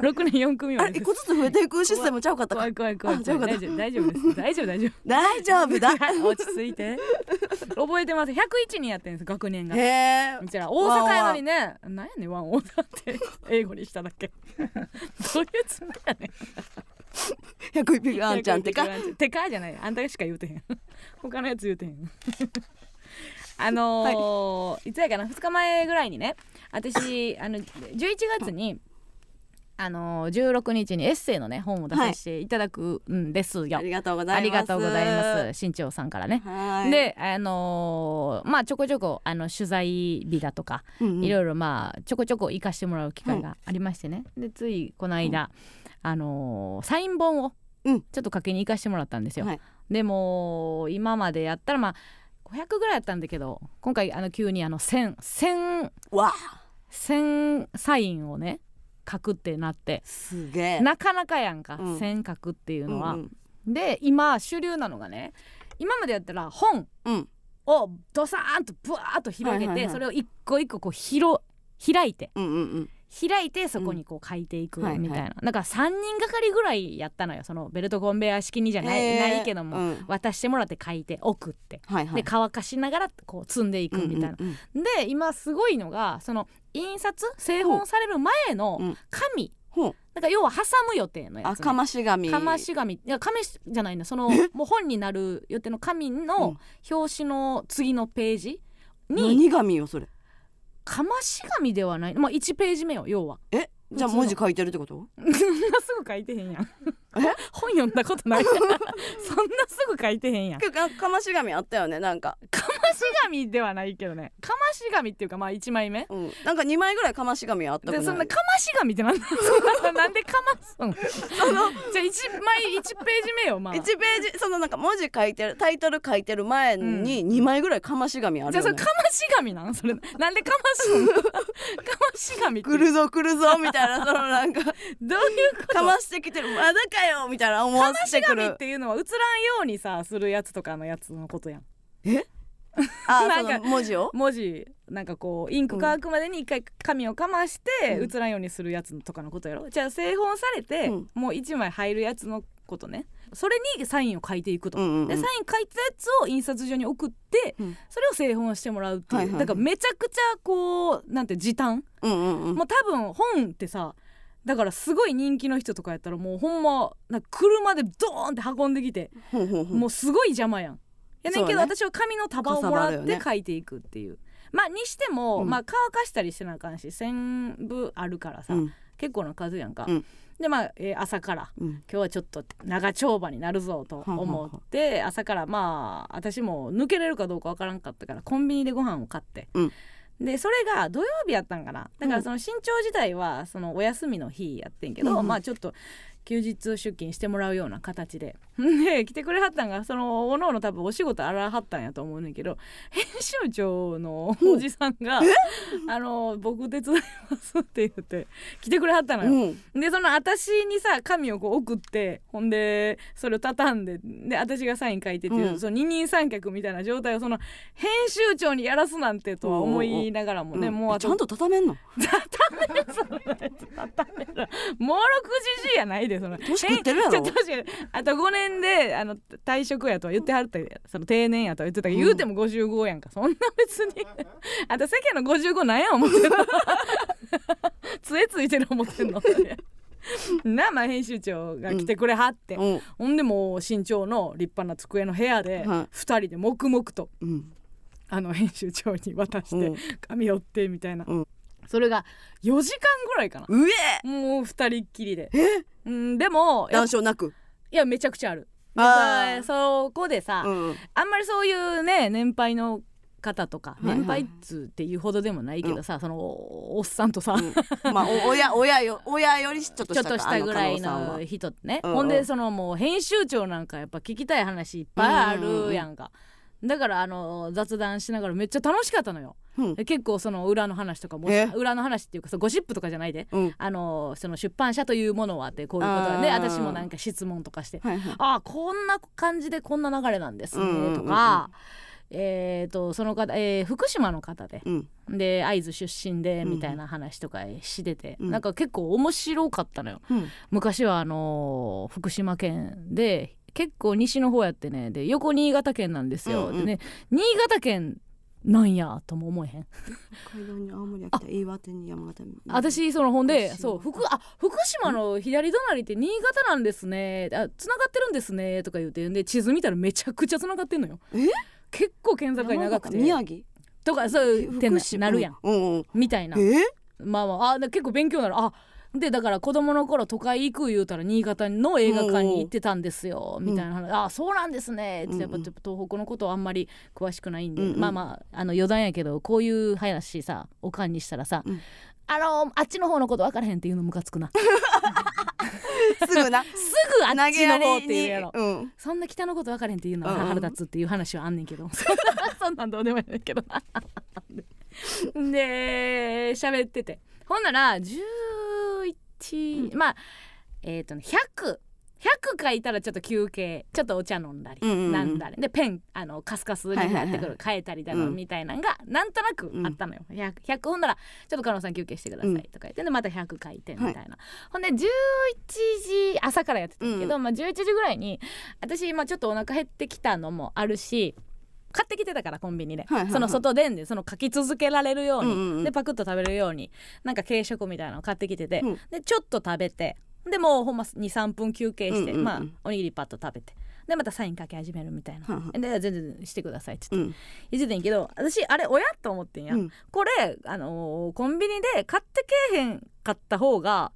6年4組
あ
ま
れ
で
1
です
個ずつ増えていくシステムちゃうかった
怖
か
い怖い怖い
あじゃあよ
怖
か
い
った
大丈夫大丈夫です大丈夫大丈
大丈夫だ [LAUGHS]
夫落ち着いて覚えてます101人やってるんです学年が
へえ
うちら大阪やのにねなんやねんワンオーダーって英語にしただけ
[LAUGHS]
どういうつもりやねん
101匹あんちゃんってか
てかじゃないあんたしか言うてへん [LAUGHS] 他のやつ言うてへん [LAUGHS] あのーい、つやかな2日前ぐらいにね私あの11月にあのー16日にエッセイのね本を出させていただくんですよ、
ありがとうございます
ありがとうございます新潮さんからね、
はい
であのーまあちょこちょこあの取材日だとかい
い
ろいろまあちょこちょこ行かしてもらう機会がありましてね、でついこの間、あのーサイン本をち
う
ょ
ん
っと書きに行かしてもらったんですよ。
はい
でもう今までやったらまあ500ぐらいやったんだけど今回あの急にあの1000 1000
ろわ
1000サインをね書くってなって
あすげえ
なかなかやんか、
うん
1000書くっていう
うん
のは。
うん
で今主流なのがね今までやったら本
うん
をドサーンとブワーッと広げて、
はいはいはい
それを一個一個こう広開いて
うんうん
開いてそこにこう書いていくみ
うん
た
はいい
な、なんか3人がかりぐらいやったのよそのベルトコンベヤー式にじゃ
うん
ない,、
へえ
ないけども、
うん
渡してもらって書いて送って、
はいはい
で乾かしながらこう積んでいくみたいな、
うんうん
で今すごいのがその印刷製本される前
う
の
ん
紙、
ほう
なんか要は挟む予定のや
あ
つ、
かまし紙
かまし紙いやかめしじゃないのそのもう本になる予定の紙
う
の
ん
表紙の次のページに
何紙よそれ
かまし紙ではない、まあ、1ページ目よ要は
えじゃあ文字書いてるってこと
そんなすぐ書いてへんやん本読んだことないからそんなすぐ書いてへんやんか
かかまし紙あったよねなんか
まし紙ではないけどねかまし紙っていうかまあ1枚目
うんなんか二枚ぐらいかまし紙あったく
で
ない
そんなかまし紙ってなんだ [LAUGHS] そんななんでかますんそのじゃあ1枚1ページ目よまあ
1ページそのなんか文字書いてるタイトル書いてる前に2枚ぐらいかまし紙ある
じゃあ
よ、
そ
ね
れかまし紙なんそれなんでかましん
[LAUGHS]
かまし紙って
来るぞ来るぞみたいなそのなんか
どういうこと
かましてきてるまだかよみたいな思わせてく
紙っ
る
ていうのは映らんようにさするやつとかのやつのことやん
あ
な
そ
んか
の文字を
文字なんかこうインク乾くまでに一回紙をかまして
うん
映らんようにするやつとかのことやろじゃあ製本されて
うん
もう1枚入るやつのことねそれにサインを書いていくと。
うんうんう
で
ん
サイン書いたやつを印刷所に送って、
うん
それを製本してもらうっていう、
はいはいはい
だからめちゃくちゃこうなんて時短、
うんうんうん
もう多分本ってさだからすごい人気の人とかやったらもうほんまなんか車でドーンって運んできて
ほんほんほん
もうすごい邪魔やん。やねんけど、
そうね
私は紙の束をもら
かさば
っ
るよ
て
ね
書いていくっていう。まあにしても、
うん
まあ乾かしたりしてなあかんし線部あるからさ、
うん
結構な数やんか、
うん
でまあ、えー朝から
うん
今日はちょっと長丁場になるぞと思って朝からまあ私も抜けれるかどうかわからんかったからコンビニでご飯を買って、
うん
でそれが土曜日やったんかなだからその身長自体はそのお休みの日やってんけど、
うんうん
まあちょっと休日出勤してもらうような形で [LAUGHS] で来てくれはったんがそのおのおの多分お仕事あらはったんやと思うねんけど [LAUGHS] 編集長のおじさんが「あの僕手伝います」って言って来てくれはったのよ。
うん
でその私にさ紙をこう送ってほんでそれを畳んでで私がサイン書いてっていう、
うん
その二人三脚みたいな状態をその編集長にやらすなんてとは思いながらもね、
うん
もうあ
ちゃん
と
と畳めんの
もろくじじいやないでその
年食ってるや
[LAUGHS] ちょ
ろ
確かにあと5年であの退職やとは言ってはったその定年やとは言ってたけど、
うん
言うても55やんかそんな別に [LAUGHS] あんた世間の55なんや思ってんの [LAUGHS] 杖ついてる思ってんの [LAUGHS] なまあ編集長が来てくれはって、
うん
ほんでもう身長の立派な机の部屋で
はい
2人で黙々と
うん
あの編集長に渡し
う
て
ん
紙折ってみたいな、
うん
それが4時間ぐらいかな
うえ
もう2人っきりでうんでもやっ
談笑なく
いやめちゃくちゃある
あー
そこでさ、
うん
あんまりそういうね年配の方とか、
いはい
年配っつっていうほどでもないけどさ、そのおっさんとさ、ち
うんまあお親親よ親よりちょっと
ょ
下
っ
か
としたぐら
あ加
い
納さんは
の人ってね、
うんうん
ほんでそのもう編集長なんかやっぱ聞きたい話いっぱいあるやんか、だからあの雑談しながらめっちゃ楽しかったのよ、
うん
で結構その裏の話とかも
え
裏の話っていうかさゴシップとかじゃないで
うん
あのその出版社というものはってこういうことで
あー
私もなんか質問とかして
はいはい
あーこんな感じでこんな流れなんですね
うんうんうんうん
とか、えー、とその方、えー福島の方で
うん
で会津出身で
うん
みたいな話とかしてて、
うん
なんか結構面白かったのよ。
うん
昔はあのー福島県で結構西の方やってねで横新潟県なんですよ、
うんうん
でね新潟県なんやとも思えへん。
北海道に青森秋田岩手に山形に
私そのほんで
福島
そう福あ福島の左隣って新潟なんですねあ繋がってるんですねとか言うてで地図見たらめちゃくちゃ繋がってんのよ
え
結構県境長くて
宮城
とかそういうてな
福島
なるやん
うんうん
みたいな
え
まあまああで結構勉強になるあでだから子供の頃都会行く言うたら新潟の映画館に行ってたんですよみたいな話、あそうなんですねってやっぱ
うんうん
ちょっと東北のことはあんまり詳しくないんで、
うんうん
まあまああの余談やけどこういう話さおかんにしたらさ、
うん
あのあっちの方のこと分からへんっていうのムカ
[LAUGHS]
つくな
すぐな
す [LAUGHS] ぐあっちの方っていうやろ
投げやりにうん
そんな北のこと分からへんっていうのは
うんうん
腹立つっていう話はあんねんけど [LAUGHS] そんなんどうでもいいねんけどなで喋っててほんなら11、まあえっ、とね100100書いたらちょっと休憩ちょっとお茶飲んだり、
うんうんうん
なんだりでペンあのカスカスになってくる、
はいはいは
変えたりだの
うん
みたいなのがなんとなくあったのよ、100, 100ほんなら「ちょっと加納さん休憩してくださ
う
い
ん」
とか言ってでまた100書いてみたいな、ほんで11時朝からやってたけど、まあ、11時ぐらいに私今ちょっとお腹減ってきたのもあるし買ってきてたからコンビニで、
はいはいはい
その外でんでその書き続けられるように、
うんうんうん
でパクッと食べれるようになんか軽食みたいなの買ってきてて、
うん
でちょっと食べてでもうほんま23分休憩
う
して、
んうんうん
まあ、おにぎりパッと食べてでまたサイン書き始めるみたいな
はんはん
で全然してくださいって
う
言って
ん
言ってたんやけど私あれ親と思ってんや、
うん
これ、あのーコンビニで買ってけえへんかった方が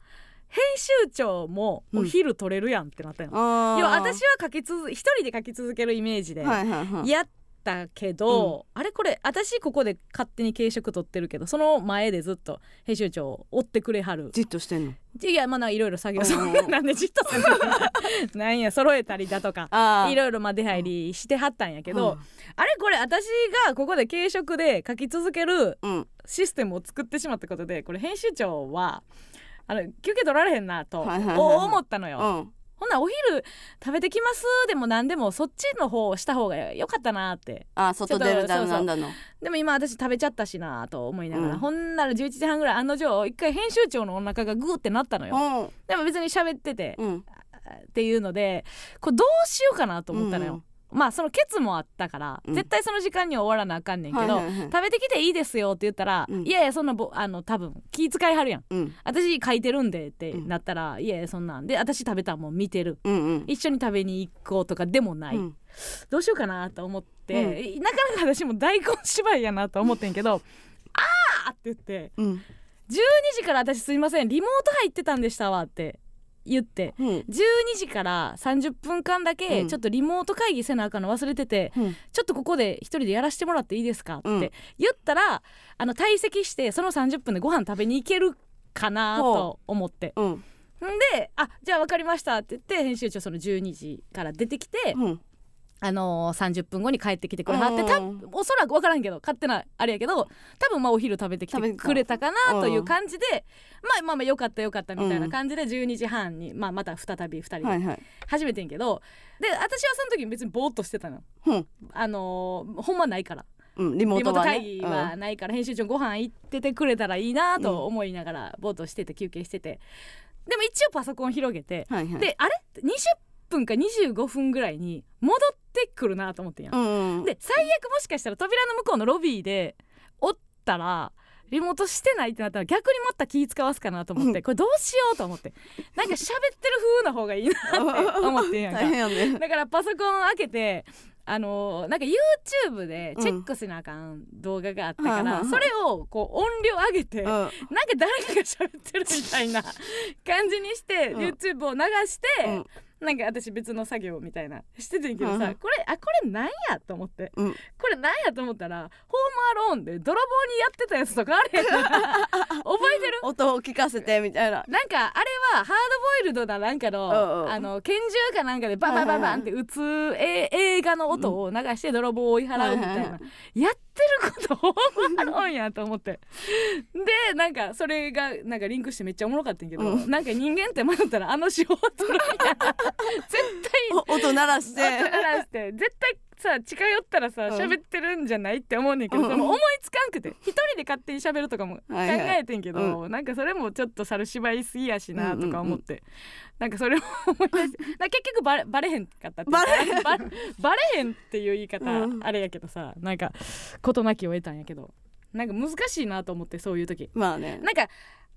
編集長もお昼取れるやんってなったんや、
あー
要は私は書き続一人で書き続けるイメージで
はいはいはい
やったけど、あれこれ私ここで勝手に軽食取ってるけどその前でずっと編集長追ってくれはる
じっとしてんの
いやまあいろいろ作業
うん
そん [LAUGHS] ななんでじっとするのなんや揃えたりだとか
[LAUGHS] あ
いろいろまあ出入りしてはったんやけど、あれこれ私がここで軽食で書き続ける
うんうん
システムを作ってしまったことでこれ編集長はあの休憩取られへんなと
はいはいはいはい
お思ったのよ。
うん
ほなお昼食べてきますでも何でもそっちの方をした方がよかったなって
あー外出るだの
ちょ
な
っと
んだの
でも今私食べちゃったしなと思いながら、
うん
ほんなら11時半ぐらい案の定一回編集長のお腹がグーってなったのよでも別に喋ってて、
うんうん
っていうのでこれどうしようかなと思ったのよ、まあそのケツもあったから、
うん
絶対その時間には終わらなあかんねんけど、
はいはいはい
食べてきていいですよって言ったら、
うん
いやいやそんなぼあの多分気遣いはるやん
うん
私書いてるんでって
うん
なったら、いやいやそんなんで私食べたらもう見てる
うんうん
一緒に食べに行こうとかでもない、
うん
どうしようかなと思って、 [LAUGHS] なかなか私も大根芝居やなと思ってんけど「あー!」って言って
うん
「 12時から私すいませんリモート入ってたんでしたわって言って
うん
12時から30分間だけ
うん
ちょっとリモート会議せなあかんの忘れてて、
うん
ちょっとここで一人でやらせてもらっていいですかって
うん
言ったらあの退席してその30分でご飯食べに行けるかなと思って
うん
んで「あじゃあ分かりました」って言って編集長その12時から出てきて、
うん
あのー、30分後に帰ってきてくれはってた
うん
おそらく分からんけど勝手なあれやけど多分まあお昼食べてき
食べ
て
てた
くれたか
う
なんという感じで、まあまあまあよかったよかったみたいな感じで12時半に、まあ、また再び2人
は
で
いはい
始めてんけど、で私はその時別にぼーっとしてたの。
うん
あのー、ほんまないから
うんリモ
リ
ー
モ
ト
ート
はね
会議はないから編集長ご飯行っててくれたらいいなと思いながらぼーっとしてて休憩しててでも一応パソコン広げて、
うんはいはい
であれって20分か25分ぐらいに戻ってくるなと思ってんや、
うん
[LAUGHS] で最悪もしかしたら扉の向こうのロビーでおったらリモートしてないってなったら逆にもっと気使わすかなと思って、
うん
これどうしようと思ってなんか喋ってる風な方がいいなって思ってんやんか
大変やね
だからパソコン開けてあのーなんか YouTube でチェックしなあかん動画があったか
はあは
ら、
あ
それをこう音量上げて、
う
なんか
ん
誰かが喋ってるみたいな感じにして、
うん
YouTube を流して、
うん
なんか私別の作業みたいなしててんけどさ、
はあはあ
これあこれなんやと思って
うん
これなんやと思ったら「ホームアローン」で泥棒にやってたやつとかあ
[LAUGHS]
れへんな覚えてる
音を聞かせてみたいな
なんかあれはハードボイルドななんか
うん
の,、
うん
あの拳銃かなんかでバンバンバンバンって打つ、え映画の音を流して泥棒を追い払うみたいな、
はいはいは
やってることホームアローンやと思ってでなんかそれがなんかリンクしてめっちゃおもろかったんやけど、
うん
なんか人間って迷ったらあの手法取るみたい
[LAUGHS]
な絶対
お音鳴らして
音鳴らして絶対さ近寄ったらさ
うん
喋ってるんじゃないって思うねんけ
う
ど
ん
でも思いつかんくて一人で勝手に喋るとかも考
はいはい
えてんけどなんかそれもちょっと猿芝居すぎやしなとか思ってなんかそれを思 [LAUGHS] い出してなんか結局バレバレへんかったっていうかバレバレへんっていう言い方
うん
あれやけどさなんか事なきを得たんやけどなんか難しいなと思ってそういう時
まあね
なんか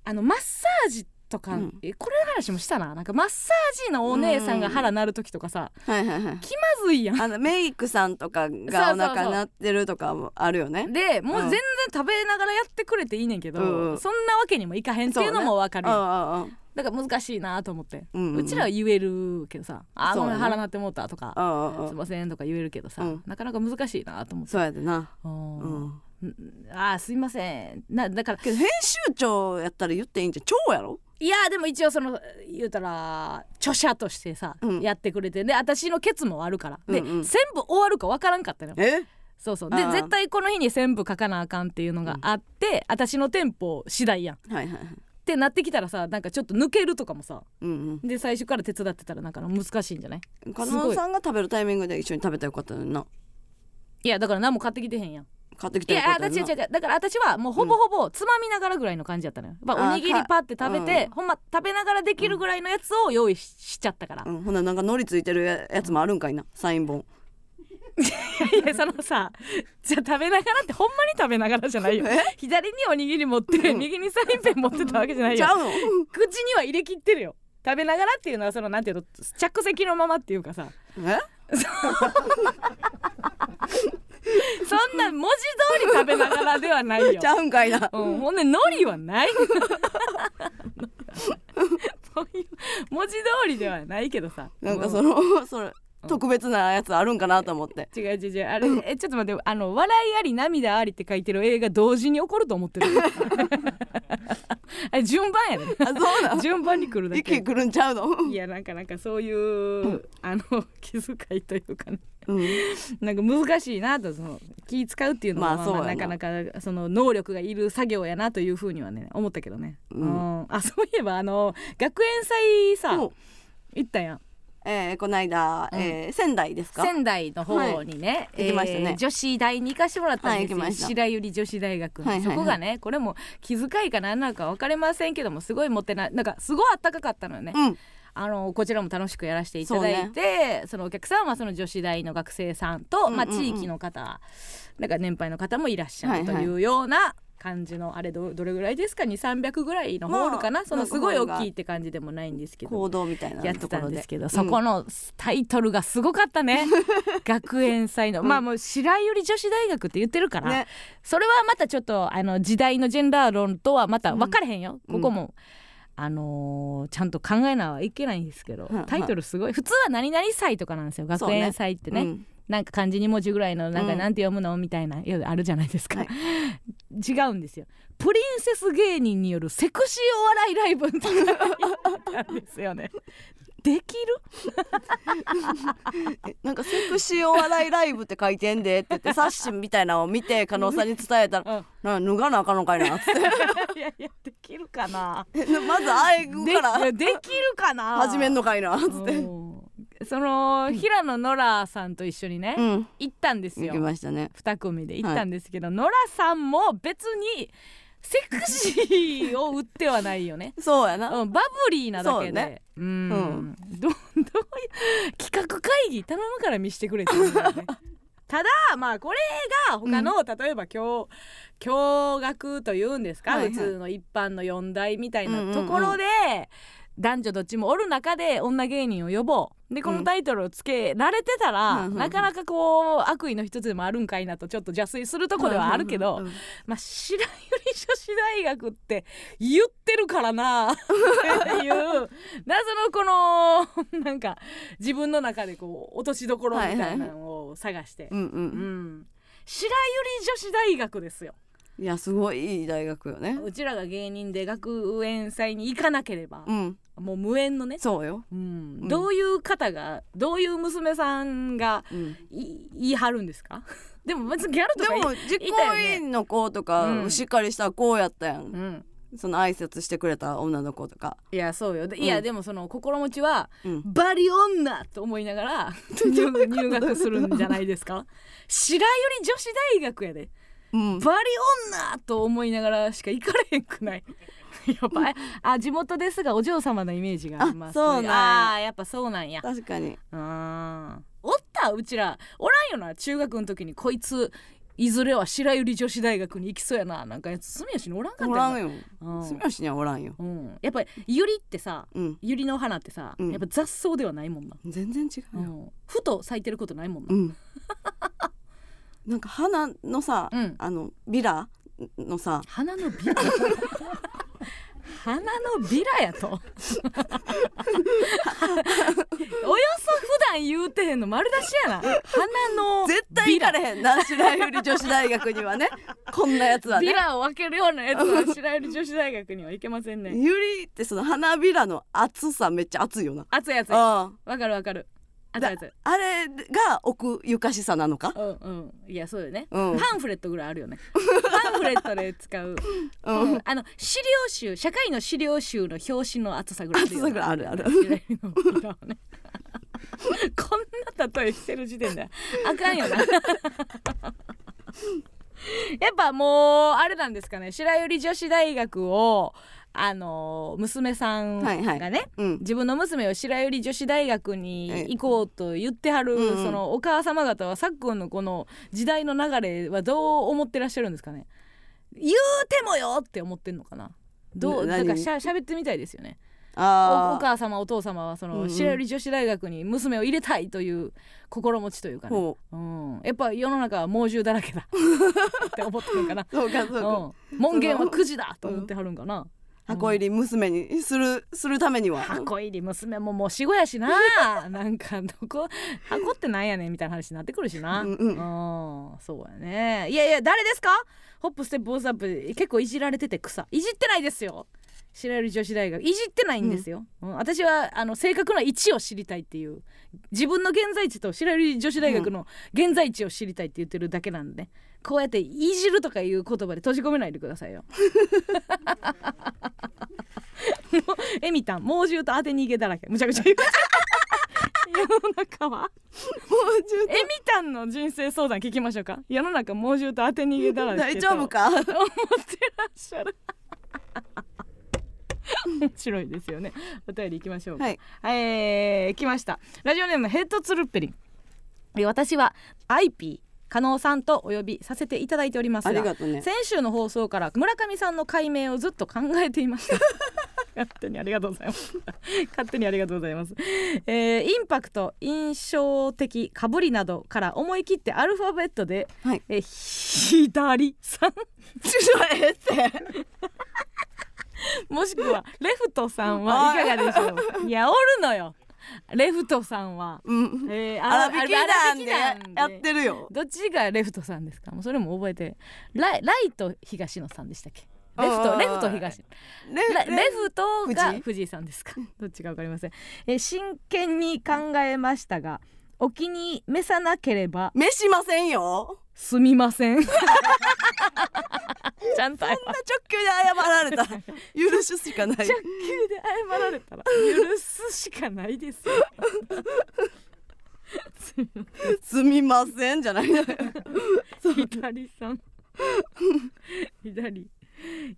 あのマッサージとか、
うん
えこれの話もしたななんかマッサージのお姉さんが腹鳴る時とかさ、
はいはいはい
気まずいやん
あのメイクさんとかがお腹鳴ってるとかもあるよね
でもう
う
全
ん
然食べながらやってくれていいねんけど、
うんうん
そんなわけにもいかへんっていうのもわかる
う
やん、
んうん
だから難しいなと思って、
う
うんちらは言えるけどさ「あー
そう
ご
やな
め
ん
腹なってもうた」とか
うんう
「
ん
すいうません」とか言えるけどさ、
うん
なかなか難しいなと
ん
思って
そうやでな
「あー
うん
んあーすいません」なだから
けど編集長やったら言っていいんじゃん長やろ
いやーでも一応その言うたら著者としてさ、
うん
やってくれてで私のケツもあるからで、
うんうん
全部終わるかわからんかったのよ
え
そうそうで
あー
絶対この日に全部書かなあかんっていうのがあって、私のテンポ次第やん
はいはいはい
ってなってきたらさなんかちょっと抜けるとかもさ
うん
で最初から手伝ってたらなんか難しいんじゃない
うん加納さんが食べるタイミングで一緒に食べたらよかったのにない
やだから何も買ってきてへんやん
買ってき
い
たらよ
や
か
あ
ったのに
違
な
う違う違うだから私はもうほぼほぼつまみながらぐらいの感じやったのよ、まあ
あー
おにぎりパって食べて、
か
ほんま食べながらできるぐらいのやつを用意ししちゃったから、
うん、ほななんかのりついてるややつもあるんかいなサイン本
[LAUGHS] いやそのさじゃあ食べながらってほんまに食べながらじゃないよ
え
左におにぎり持って
うん
右にサインペン持ってたわけじゃない
ち
よ
ゃうの
口には入れきってるよ食べながらっていうのはそのなんていうの着席のままっていうかさ
え
そんな文字通り食べながらではない [LAUGHS] よ
ち。ゃうんかいな
うん、ほんで海苔はない。そういう文字通りではないけどさ。
なんか
う
そのそれ
うん
特別なやつあるんかなと思って
違う違う違うあれえちょっと待ってあの笑いあり涙ありって書いてる映画同時に起こると思ってる。 [LAUGHS] あれ順番や [LAUGHS] ね。
あそうなん
順番に来るだ
息
け。
くるんちゃうの
いやなんかなんかそういう、あの気遣いというかね。
うん
[LAUGHS] なんか難しいなとその気使うっていうのは、
ま
ま
あ
あ
そうやな
なかなかその能力がいる作業やなというふうにはね思ったけどね、
うん
うんあそういえばあの学園祭
そ
さ
う
行ったやん
えー、この間、
うん
えー仙台ですか
仙台の方にね,、
はい行きましたね
女子大に行かしてもらったんですよ、
はい行きました
白百合女子大学の、
はいはいはい
そこがねこれも気遣いかなんなんか分かりませんけどもすごいもてななんかすごいあったかかったのよね、
うん
あのこちらも楽しくやらせていただいてそ,、のお客さんはその女子大の学生さんと、
うんうんうん
まあ、地域の方なんか年配の方もいらっしゃ
はい
ると
はい
いうような感じのあれどどれぐらいですか2300ぐらいのホールかな、
まあ
そのすごい
なんか
大きいって感じでもないんですけど
行動みたいな
やって
とこ
た
ろ
ん
で
ですけど、そこのタイトルがすごかっ
[LAUGHS]
たね学園祭の、まあもう白百合女子大学って言ってるから、
ね
それはまたちょっとあの時代のジェンダー論とはまた分かれへんよ、
うん
ここも。あのーちゃんと考えなはいけないんですけど、
はいはい
タイトルすごい普通は「何々祭」とかなんですよ
そう
学
ね
園祭ってね
うん
なんか漢字2文字ぐらいのなんか
うん
なんて読むの、みたいないやあるじゃないですか、
はい
[LAUGHS] 違うんですよプリンセス芸人によるセクシーお笑いライブとかやったんです
[LAUGHS]
よねできる
えなんかセクシーお笑いライブって書いてんでって言
[LAUGHS]
って冊子みたいなのを見て加納さんに伝えたら「な脱がなあかんの [LAUGHS] かいな」っつって
[LAUGHS] いやいやできるかな
「まずあえぐ
でい
か
や
ら
できるかな
[LAUGHS] 始めんのかいな」っつって
うんその平野ノラさんと一緒にね、
うん
行ったんです
行
よ
きましたね
2組で行ったんですけど、ノラさんも別にセクシーを売ってはないよね
そうやな
うん、バブリーなだけ
そう
で、
ね
う
う
ん、
ん
どど [LAUGHS] ういう企画会議頼むから見してくれって言うんだよね [LAUGHS] ただまあこれが他の、例えば教教学というんですか、
はいはい
普通の一般の四大みたい
うんうんう
なんところで、男女どっちもおる中で女芸人を呼ぼうでこ
う
の
ん
タイトルをつけられてたら、
うんうんうん
なかなかこう悪意の一つでもあるんかいなとちょっと邪推するとこではあるけど、
うん
まあ、白百合女子大学って言ってるからなっていう謎のこのなんか自分の中でこう落としどころみたいなのを探して、
うんう
うんん、白百合女子大学ですよ
いやすごいいい大学よね
うちらが芸人で学園祭に行かなければ
う、ん
もう無縁のね、
そうよ
うん
うん
どういう方がどういう娘さんが
うん
い言い張るんですか [LAUGHS] でも別にギャルと
で
かい
も実行委員の子と
う
か
ん
しっかりした子やったや
うんん、
その挨拶してくれた女の子とか
いやそうよ、でいうや
ん
でもその心持ちは
うん
バリ女と思いなが
[LAUGHS]
ら入入学するんじゃないですか白百合女子大学やで
うん
バリ女と思いながらしか行かれへん
[LAUGHS]
くないやっぱあ地元ですがお嬢様のイメージが
あ
まあ
そうなんや
いあーやっぱそうなんや
確かに
うんおったうちらおらんよな中学の時にこいついずれは白百合女子大学に行きそうやななんかやつ住吉におらんかった
お
よ
らん
よ、
よ
うん
住吉にはおらんよ
うん、やっぱりゆりってさ
うん
ユリの花ってさ、
うん
やっぱ雑草ではないもんな、
全然違うよ
ふと咲いてることないもん
う
な、
ん [LAUGHS] なんか花のさ
うん
あのビラのさ
花のビラ [LAUGHS] 花のビラやと [LAUGHS] およそ普段言うてへんの丸出しやな花の
絶対行かれへんな白百合女子大学にはねこんなやつは
ビ
ね
ラを分けるようなやつは白百合女子大学にはいけませんね
ゆりってその花びらの厚さめっちゃ熱いよな
熱い熱いわ
あ
かるわかる熱い熱い
ああれが奥ゆかしさなのか
うんうんいやそうだよね、
うん
パンフレットぐらいあるよねパンフレットで使う
うん
[LAUGHS] あの資料集社会の資料集の表紙の厚さぐらい
厚さぐらいあるある
白百合の裏をね [LAUGHS] こんな例えしてる時点であかんよな [LAUGHS] やっぱもうあれなんですかね白百合女子大学をあの娘さんが
はい
ね、
はいうん
自分の娘を白百合女子大学に
ええ
行こうと言ってはる、
うんうん
そのお母様方は昨今のこの時代の流れはどう思ってらっしゃるんですかね言うてもよって思ってんのかなどう
な
だ
何
からしゃ喋ってみたいですよねおお
ああ
母様お父様はそ
うんう
の
ん
白百合女子大学に娘を入れたいという心持ちというかね、
ほ
うん、やっぱ世の中は猛獣だらけだって思ってるんかな、
うそうか [LAUGHS] そう
う
か
ん、門限は9時だと思ってはるんかな、
箱入り娘にするするためには
箱入り娘ももう死後やしな [LAUGHS] なんかどこ箱ってなんやねんみたいな話になってくるしな
う
うんん、
うん
そうやねいやいや誰ですかホップステップオーズアップ結構いじられてて草いじってないですよ白百合女子大学いじってないんですよ、うん私はあの正確な位置を知りたいっていう自分の現在地と白百合女子大学の現在地を知りたいって言ってるだけなんで、ねこうやって「いじる」とかいう言葉で閉じ込めないでくださいよ。もうエミタン猛獣と当て逃げだらけむちゃくちゃ言う世の中は
もうちょっ
エミタンの人生相談聞きましょうか世の中猛獣と当て逃げだら
と
け
大丈夫か
と思ってらっしゃる面白いですよねお便り行きましょうか
はい
えー、来ましたラジオネームヘッドツルッペリンえー私は IP 加納さんとお呼びさせていただいております
あり
が
がとうね
先週の放送から村上さんの解明をずっと考えてい
[LAUGHS]
ました勝手にありがとうございます勝手にありがとうございます、えーインパクト印象的かぶりなどから思い切ってアルファベットで、
はい
えー左さん
ちょっとええって
もしくはレフトさんはいかがでしょういやおるのよレフトさんは、
うん
えーあら
荒引きなんで
荒引き
や
なん
っ
で
てるよ
どっちがレフトさんですかもうそれも覚えてライライト東野さんでしたっけレフ
あ
ト
ー
レフト東
レ
ラレ
レ
フトが
藤井
藤井さんですかどっちかわかりませんえー真剣に考えましたがお気に召さなければ
飯しませんよ
すみません [LAUGHS] ちゃんと謝
直球で謝られたら許すしかない
直球で謝られたら許すしかないです [LAUGHS] よすみます
みませんじゃないのよ
せん左さん [LAUGHS] 左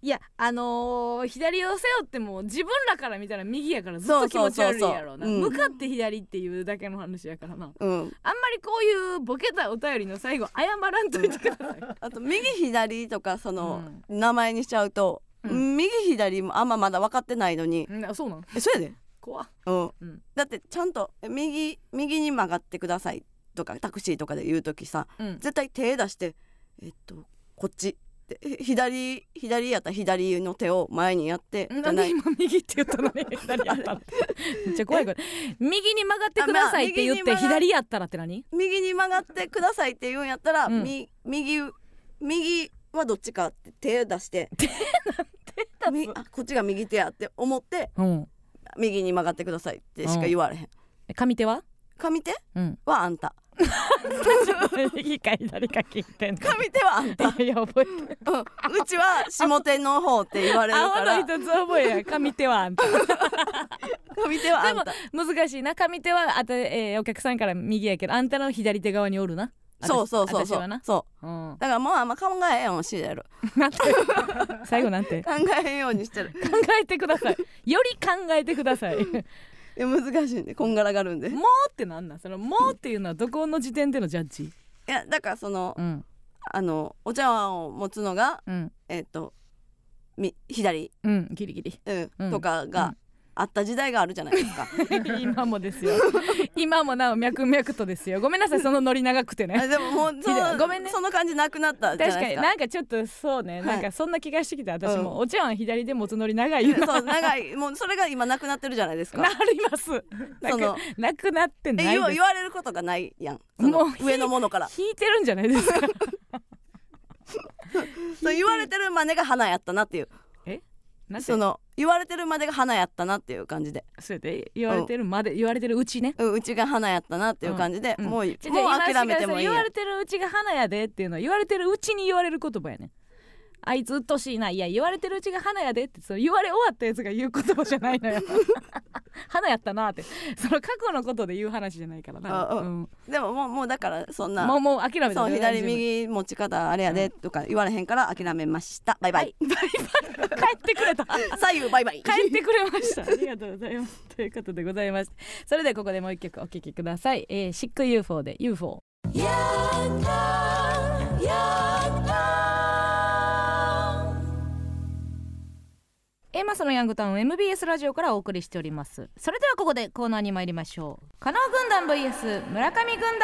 いやあのー左を背負っても自分らから見たら右やからずっと気持ち悪いやろうな
そうそうそうそううん
向かって左っていうだけの話やからな
うん
あんまりこういうボケたお便りの最後謝らんといてください。 [LAUGHS]
あと右左とかその名前にしちゃうと、
うん
右左もあんままだ分かってないのに、
うんあそうなん
えそれで、
怖っ
うん
うん
だってちゃんとえ右右に曲がってくださいとかタクシーとかで言う時さ
うん
絶対手出してえっとこっちってえ左左やったら左の手を前にやってじ
な
ゃ
ん
な
で
い
今右って言った
[LAUGHS]
のに左やったのめっちゃ怖いこれ右に曲がってくださいって言っ
あまあ右
て
に曲が
左やったらって何
右に曲がってくださいって言うんやったら、
うん
み右右はどっちかって手出して [LAUGHS] 手なんてあこっちが右手やって思って
うん
右に曲がってくださいってしか言われへん、
え上手は
上手 [LAUGHS]
うん
はあんた
右か左か聞いてんの
上手はあん [LAUGHS] た、
いや覚えてる
うん、うちは下手の方って言われるか
青の
ら
一つ覚えや上手はあん [LAUGHS] た
上手はあんた
難しいな上手はあた、えーお客さんから右やけどあんたの左手側におるなあた
そうそうそう
私
そ
は
う
な、
そう
うん、
だからもうあんま考えへんようにして
[LAUGHS]
る
なんて
[LAUGHS]
最後なんて
考えへんようにしてる
考えてくださいより考えてくだ
[LAUGHS]
さいもう
いや難しいんでこんがらがるんでい
ってなんなんそのもうっていうのはどこの時点でのジャッジ
やだからその
うん
あのお茶碗を持つのが
うん
えっ、とみ左、
うんギリギ
[LAUGHS]
リ
うん
うん
とかがあった時代があるじゃない
[LAUGHS]
ですか
今もですよ今もなお脈々とですよごめんなさいそのノリ長くてね
あでももうその
ごめんね
その感じなくなったじゃ
確
ないで
かに
すか
なんかちょっとそうね、
はい
なんかそんな気がしてきた私も、
う
お茶碗左で持つノリ長いよな
そう長いもうそれが今なくなってるじゃないですか
[LAUGHS] なりますな
その
くなくなって
え
ない
言わ
です
言われることがないやんそ
も
の
う
上のものから
引いてるんじゃな
[LAUGHS]
いですか
そう言われてる真似が花やったなっていう
なんて
その言われてるまでが花やったなっていう感じで、
そうやって言われてるまで言われてるうちね
うん、うちが花やったなっていう感じで、
[LAUGHS] うん
もうもう
じゃあじゃあ今
諦めてもいい
違
や
う違う言われてるうちが花やでっていうのは言われてるうちに言われる言葉やねんあいつ鬱陶しいないや言われてるうちが花やでってその言われ終わったやつが言う言葉じゃない
[LAUGHS]
のよ花やったなってその過去のことで言う話じゃないからな
ああ
うん
でももうもうだからそんな
もうもう諦めて
そう左
は
右持ち方あれやでとか言われへんから諦めましたバイバイ、
いバイバイ帰ってくれた
[LAUGHS] 左右バイバイ
帰ってくれましたありがとうございますということでございましてそれではここでもう一曲お聴きください、えー、シック UFO で UFO エマスのヤングタウン MBS ラジオからお送りしておりますそれではここでコーナーに参りましょう加納軍団 VS 村上軍団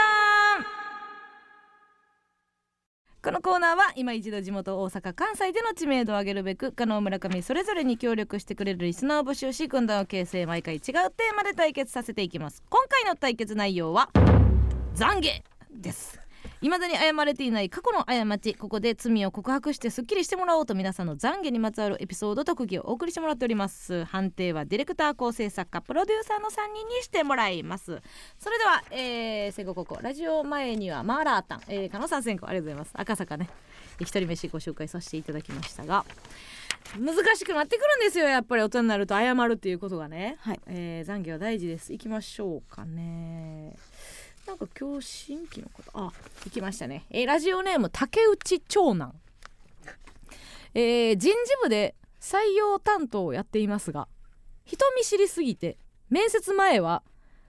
このコーナーは今一度地元大阪関西での知名度を上げるべく加納村上それぞれに協力してくれるリスナーを募集し軍団を形成毎回違うテーマで対決させていきます今回の対決内容は懺悔です未だに謝れていない過去の過ちここで罪を告白してすっきりしてもらおうと皆さんの懺悔にまつわるエピソード特技をお送りしてもらっております判定はディレクター構成作家プロデューサーの3人にしてもらいますそれでは、えー、セゴココラジオ前にはマーラータン、えー、加納さん先行ありがとうございます赤坂ね一人飯ご紹介させていただきましたが難しくなってくるんですよやっぱり大人になると謝るっていうことがね、
はい
えー、懺悔は大事です行きましょうかねなんか今日新規の方あ行きましたね、えーラジオネーム竹内長男、えー人事部で採用担当をやっていますが人見知りすぎて面接前は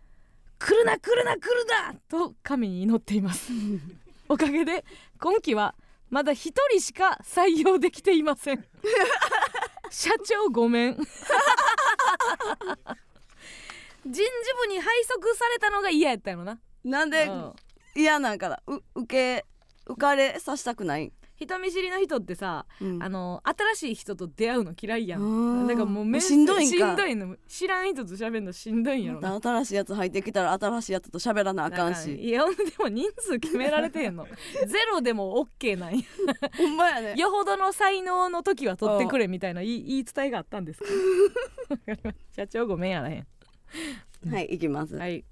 「来るな来るな来るな!」と神に祈っていますおかげで今期はまだ一人しか採用できていません社長ごめん人事部に配属されたのが嫌やったよな
なん
う
で
ん
嫌なんかなう受け浮かれさせたくない、
人見知りの人ってさ
うん
あの新しい人と出会うの嫌いやん
ん
だからもうめ
しんどいん
し
か
んどいの知らん人と喋るのしんどいんやろな
また新しいやつ入ってきたら新しいやつと喋らなあか
[LAUGHS]
んし
いやほんでも人数決めら
[LAUGHS]
れてんのゼロでも OK なんや
ほんまやね
よほどの才能の時は取ってくれみたいな言い言い伝えがあったん
[LAUGHS]
ですけど社長ごめんやらへん
はい行きます、
はい、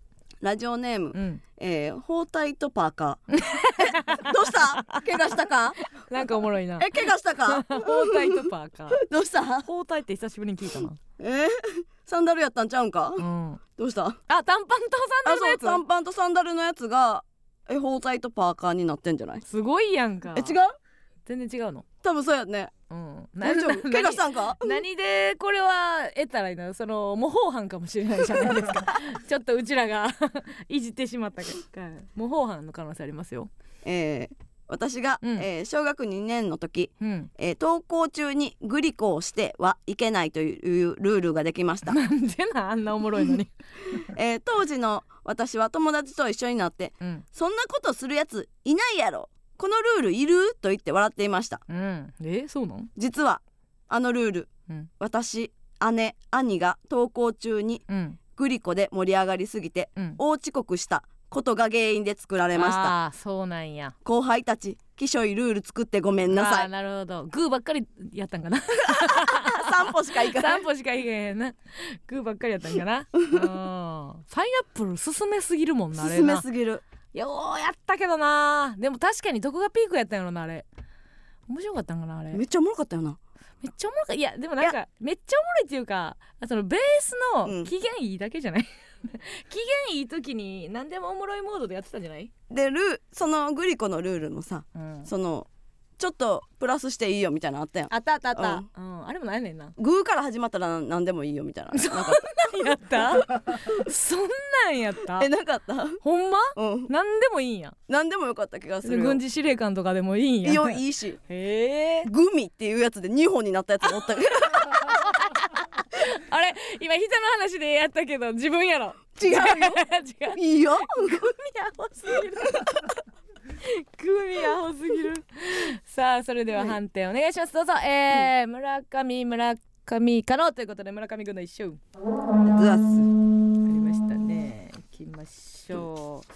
ラジオネーム、
うん、
えー、包帯とパーカー [LAUGHS] えどうした [LAUGHS] 怪我したか
なんかおもろいな
え怪我した [LAUGHS] か
包帯とパーカー
どうした
包帯って久しぶりに聞いたな、
えー、サンダルやったんちゃうんか
うん、
どうした
あ短パンとサン
あ
ダルの
そう
や
短パンとサンダルのやつがえ包帯とパーカーになってんじゃない
つすごいやんか
え違う
全然違うの、
多分そうやね
うん、
大丈夫
な
怪我したん [LAUGHS] か
何でこれは得たらいいのその模倣犯かもしれないじゃない [LAUGHS] ですかちょっとうちらが [LAUGHS] いじってしまったから模倣犯の可能性ありますよ
えー、私が、
うん
えー小学2年の時
うん
えー登校中にグリコをしてはいけないというルールができま [LAUGHS] した、
なんでなあんなおもろいのに
えー当時の私は友達と一緒になって
[LAUGHS] うん
そんなことするやついないやろこのルールいると言って笑っていました
うんえそうなん
実はあのルール、
うん
私姉兄が登校中に
うん
グリコで盛り上がりすぎて
うん
大遅刻したことが原因で作られました
あーそうなんや
後輩たちきしょいルール作ってごめんなさ
あー
い
なるほどグーばっかりやったんかな
[LAUGHS] 散歩しか行かない
散歩しか行けへんなグーばっかりやったんか [LAUGHS] なうんパイナップル進めすぎるもんなあれ
進め
な
すぎる
ようやったけどなでも確かにどこがピークやったんやろなあれ面白かったんかなあれ
めっちゃおもろかったよな
めっちゃおもろかいやでもなんかめっちゃおもろいっていうかそのベース
う
の
ん
機嫌いいだけじゃない、 [LAUGHS] 機嫌いい時に何でもおもろいモードでやってたんじゃない、
でルーそのグリコのルールもさ
うん、
そのちょっとプラスしていいよみたいなのあったやん
あったあったあ
った
た、うんあれもないね
[LAUGHS]
んな
グーから始まったら何でもいいよみたいななかっ
やったそんなんやった
たえなかった
ほんま
うん
何でもいいんや
何でもよかった気がするよ
軍事司令官とかでもいいんや
いやいいし
へえ
グミっていうやつで2本になったやつもおった
[LAUGHS]
けど
あれ今人の話でやったけど自分やろ
違うよ
[LAUGHS] 違う
いいよ
グミアホすぎるグミアホすぎるさあそれでは判定お願いしますどうぞ、えー村上村上可能ということで村上軍の一勝
ザス
ありましたねいきましょう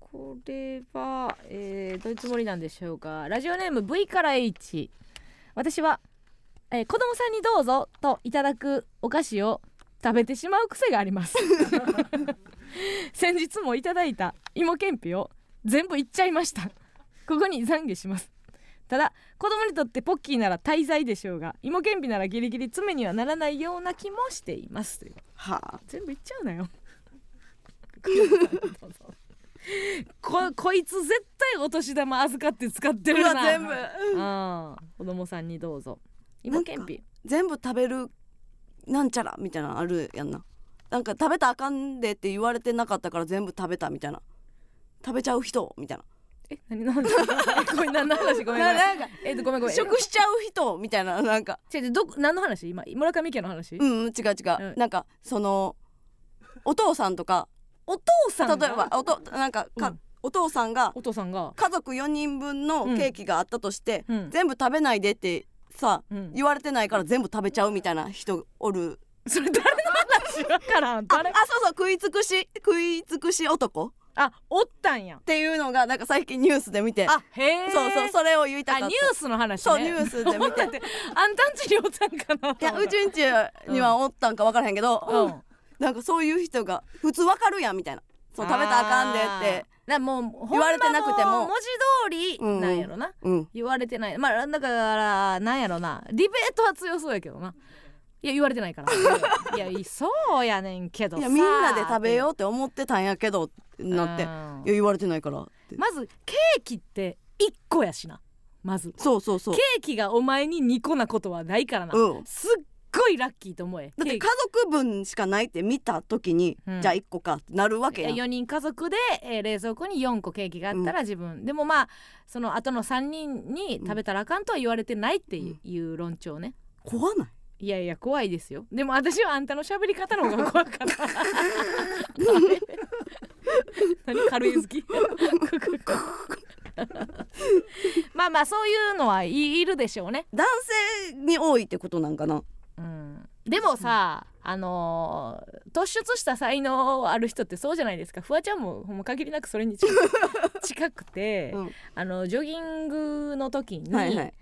これは、えーどういうつもりなんでしょうかラジオネーム V から H 私は、えー子供さんにどうぞといただくお菓子を食べてしまう癖があります先日もいただいた芋けんぴを全部いっちゃいましたここに懺悔しますただ子供にとってポッキーなら大罪でしょうが芋けんぴならギリギリ罪にはならないような気もしていますという
はあ
全部いっちゃうなよ [LAUGHS] ここいつ絶対お年玉預かって使って
う
る
わ
な
全部
あー子供さんにどうぞ芋けんぴ
全部食べるなんちゃらみたいなのあるやんななんか食べたらあかんでって言われてなかったから全部食べたみたいな食べちゃう人みたいな
え何の話 [LAUGHS] ごめん何の話ごめんごめ
な
ん
なんか
えっとごめんごめん
食しちゃう人みたいななんか
違う違うどこ何の話今村上家の話、
うんうん違う違う、
うん
なんかそのお父さんとか
お父
例
さ
え
んが
ばおとなんかか、
うん
お父さんが
お父さんが
家族4人分のケーキがあったとして、
うん
全部食べないでってさ
うん
言われてないから全部食べちゃうみたいな人おる
それ誰の話わからん
ああ
誰
そうそう食い尽くし食い尽くし男っ
あおったんや
ていうのがなんか最近ニュースで見て
あへえ
そうそうそれを言いた
あ
か
ニ
った
ュースの話ね
そうニュース
[LAUGHS]
で見
だ
て
ってあんたんちにおったんかない
やうちんちにはおったんか分からへんけど、
うん
なんかそういう人が普通分かるやんみたいなそう食べたらあかんでって
あーなもう
言われてなくても
ほんまう文字通りなんやろな、
うん
言われてないまあだからなんやろなディベートは強そうやけどないや言われてないから
[LAUGHS]
いやいそうやねんけど
い
さ
やみんなで食べようって思ってたんやけどって
う
なって
ん
いや言われてないからって、
まずケーキって1個やしなまずケ
そうそうそう
ーキがお前に2個なことはないからな、
うん
すっごいラッキーと思え
だって
ケーキ
家族分しかないって見た時に、
うん
じゃあ1個かってなるわけやん
4人家族で、えー冷蔵庫に4個ケーキがあったら自分、でもまあその後の3人に食べたらあかんとは言われてないっていう,、いう論調ね
怖ない
いやいや怖いですよでも私はあんたの喋り方の方が怖かった何軽い好き [LAUGHS] まあまあそういうのはいいるでしょうね、
男性に多いってことなんかな
うん、でもさあのー突出した才能ある人ってそうじゃないですかフワちゃんもほんま限りなくそれに近
[LAUGHS]
く近くて、
うん
あのジョギングの時に、
はいはい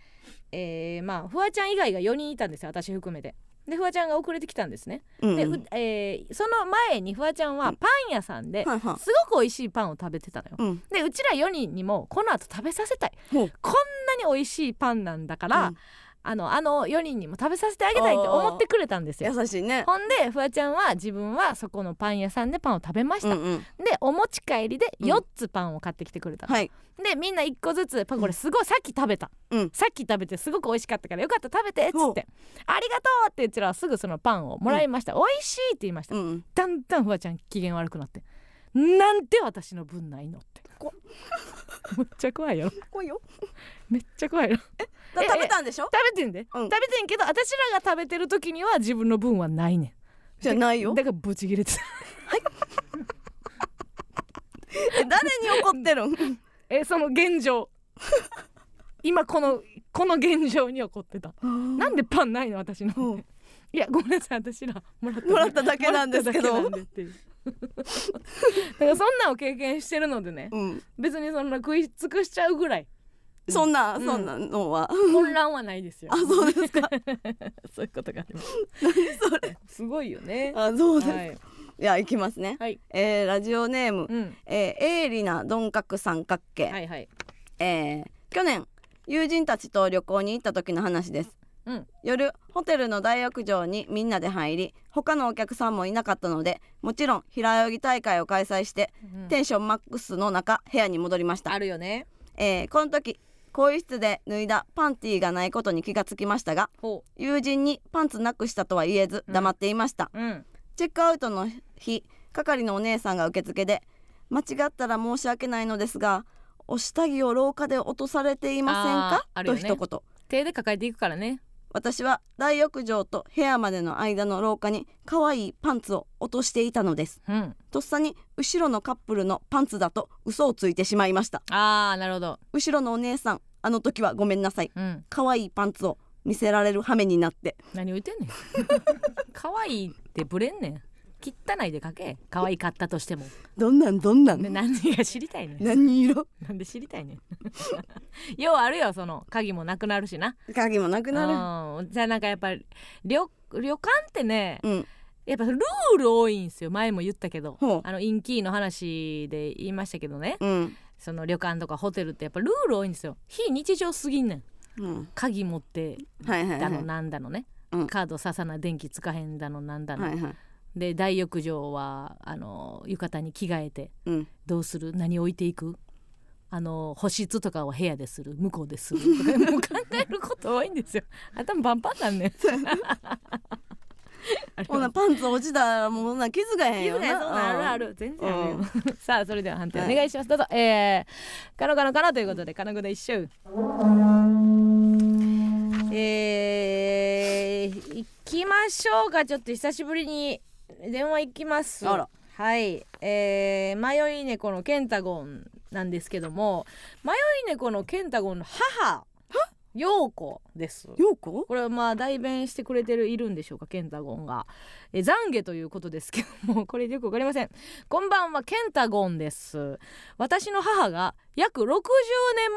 えーまあフワちゃん以外が4人いたんですよ私含めて。でフワちゃんが遅れてきたんですね、
うん
で
う
ふ
ん
えーその前にフワちゃんはパン屋さんで
はいは
すごく美味しいパンを食べてたのよ
いうん
でうちら4人にもこの後食べさせたい
ほう
こんなに美味しいパンなんだから、
うん
あのあの4人にも食べさせてあげたいって思ってくれたんですよ
優しいね
ほんでフワちゃんは自分はそこのパン屋さんでパンを食べまし
う
た、
んうん
でお持ち帰りで
うん
4つパンを買ってきてくれたの、
はい
でみんな1個ずつパンこれすごいさっき食べた、
うん
さっき食べてすごく美味しかったからよかった食べてっつってありがとうってうちらはすぐそのパンをもらいました、美味しいって言いました、
うんうん
だんだんフワちゃん機嫌悪くなってなんで私の分ないのって
怖
[LAUGHS] めっちゃ怖いよ
来いよ
めっちゃ怖いよ食
だ
え
食べたんでしょ
べてんで、
うん
食べてんけど私らが食べてる時には自分の分はないね
じゃあない
ん
よ
だからブチギレてた
え誰に怒ってるん
えその
[LAUGHS]
現状今このこの現状に怒ってた、
[LAUGHS]
なんでパンないの私の、
うん
いやごめんなさい私らもらった
もらっただけなんですけど
もらっただけなんでっていうだからそんなんを経験してるのでね
うん
別にそんな食い尽くしちゃうぐらい
そんな
うん
そんなのは
混乱はないですよ
あ。そうですか
[LAUGHS] そういうことがあります。
何それ
すごいよね。
あそうです
はい。
いや行きますね
はい。
えーラジオネーム
うん。
えー鋭利な鈍角三角形
はいはい。
えー去年友人たちと旅行に行った時の話です
うん。
夜ホテルの大浴場にみんなで入り他のお客さんもいなかったのでもちろん平泳ぎ大会を開催して
うん
テンションマックスの中部屋に戻りました
あ、るよね。
えーこの時更衣室で脱いだパンティーがないことに気がつきましたが
ほ
友人にパンツなくしたとは言えず
うん
黙っていました、
う。うん。
チェックアウトの日係のお姉さんが受付で「間違ったら申し訳ないのですがお下着を廊下で落とされていませんか
あーある
と
よね
一言
手で抱えていくからね。
私は大浴場と部屋までの間の廊下に可愛いパンツを落としていたのです
うん。
とっさに後ろのカップルのパンツだと嘘をついてしまいました
ああ、なるほど。
後ろのお姉さんあの時はごめんなさい
うん。
可愛いパンツを見せられる羽目になって
何を言って [LAUGHS] んねん。可愛いってブレんねん。汚いでかけ。可愛かったと [LAUGHS] しても。
どんなんどんなん
ね何が知りたいねん。
何色
なんで知りたいねん。 [LAUGHS] ようあるよ、その鍵もなくなるしな。
鍵もなくな
うん。じゃあなんかやっぱり旅旅館ってね。
るうん
やっぱルール多いんですよ前も言ったけど
ほう
あのインキーの話で言いましたけどね
うん
その旅館とかホテルってやっぱルール多いんですよ非日常すぎんねん
うん
鍵持って
はいはい
だ
はい
のなんだのね、
うん
カードささな電気つかへんだのなんだの、
はいはい
で大浴場はあの浴衣に着替えて
うん
どうする何置いていくあの保湿とかは部屋でする向こうでするとかもう考えること多いんですよ頭パンパンなんねんあれ
ほなパンツ落ちたらもうな傷がへん
いい
よ
ね
な
そうなんあるある全然あるよ [LAUGHS] さあそれでは判定お
はい
願いします、どうぞえー、カノカノカノということでカノグで一周えー、行きましょうかちょっと久しぶりに電話行きます
あら
はいえー、迷い猫のケンタゴンなんですけども迷い猫のケンタゴンの母陽子です
ようこ
これはまあ代弁してくれてるいるんでしょうかケンタゴンがえ懺悔ということですけども [LAUGHS] これよくわかりませんこんばんはケンタゴンです私の母が約60年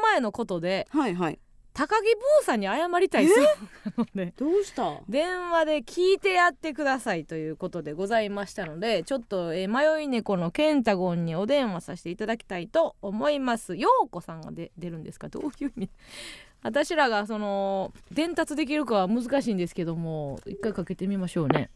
前のことで
はいはい
高木坊さんに謝りたいそうなので
どうした
電話で聞いてやってくださいということでございましたのでちょっと、えー迷い猫のケンタゴンにお電話させていただきたいと思いますようこさんがで出るんですかどういう意味私らがその伝達できるかは難しいんですけども一回かけてみましょうね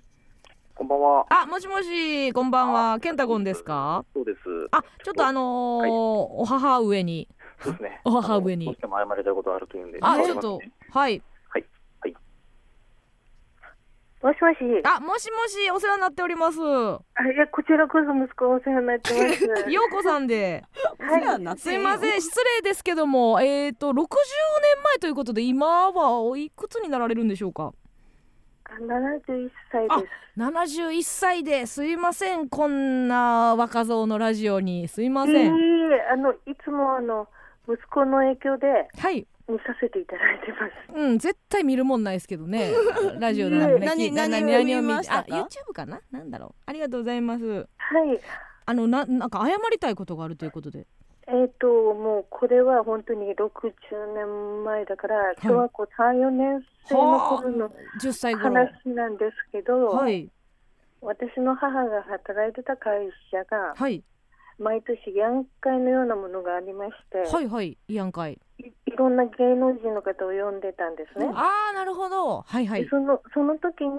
こんばんは。
あもしもしこんばんはケンタゴンですか
そうです。
あちょっとあのー
はい
お母上に
そうですね。
お母上に
あのどうしても謝りたいことがあるというんで。
あ
謝
ちょ
り
っ
ます
と
ね
はい
はい。はい。もしもし。
あもしもしお世話になっておりますよ
あいや、こちらこそ息子お世話になって
[LAUGHS]
ます。
うこさんで
お世話になって
すいません失礼ですけどもえっ、と60年前ということで今はおいくつになられるんでしょうか
あ71歳です。
71歳ですいませんこんな若造のラジオにすいま
いえい
せ
え
ん、
あの、いつもあの、息子の影響で
はい
見させていただいて
[LAUGHS]
ます。
うん絶対見るもんないですけど [LAUGHS] ねラジオなのね
何
聞いた
何を見ました
あ
か
YouTube かななんだろうありがとうございます
はい。
あのななんか謝りたいことがあるということで
えっ、と、もうこれは本当に60年前だから、小学校3、4年生の頃の
10歳頃
話なんですけど、
はい
私の母が働いてた会社が、
はい
毎年慰安会のようなものがありまして、
はいはい慰安会
い、いろんな芸能人の方を呼んでたんですね。
ああなるほどはいはい
でそのその時に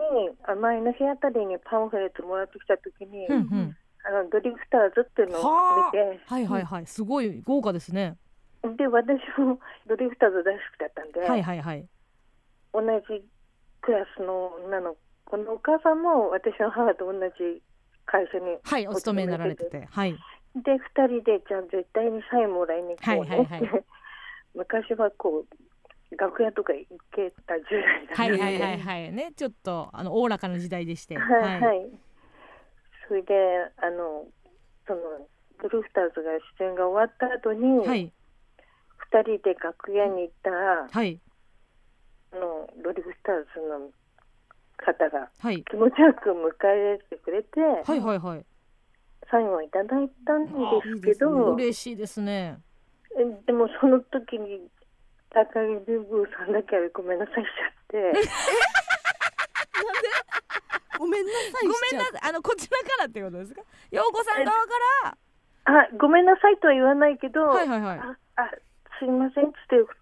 あ前の日あたりにパンフレットもらってきた時に、
うんうん
あのドリフターズっていうのを
はあ
見て
はいはいはいすごい豪華ですね
で私もドリフターズ大好きだったんで、
はいはいはい
同じクラスの女の子のお母さんも私の母と同じ会社に
はいお勤めになられててはい
で2人でじゃあ絶対にサインもらいに行こうね、
はいはいは
[LAUGHS] 昔はこう楽屋とか行けた従来
は
だ
い
ね
はいはいはいねちょっとあのおおらかな時代でして
はい、はい、それであのそのドルフターズが出演が終わった後に、
は
二
い
2人で楽屋に行ったら、
はい
あのドルフターズの方が
はい
気持ちよく迎え入れてくれて、
はいはいはい
サインをいただいたんですけど
嬉しいですね
えでもその時に高木ブーブーさんだけはごめんなさいしちゃ
[LAUGHS]
って。
ごめんなさい
ごめ
しち
ん
ゃ
な
う
さいあのこちらからってことですか陽子さん側か
あごめんなさいとは言わないけど、
らはいはいはい
ああすいませんっつっ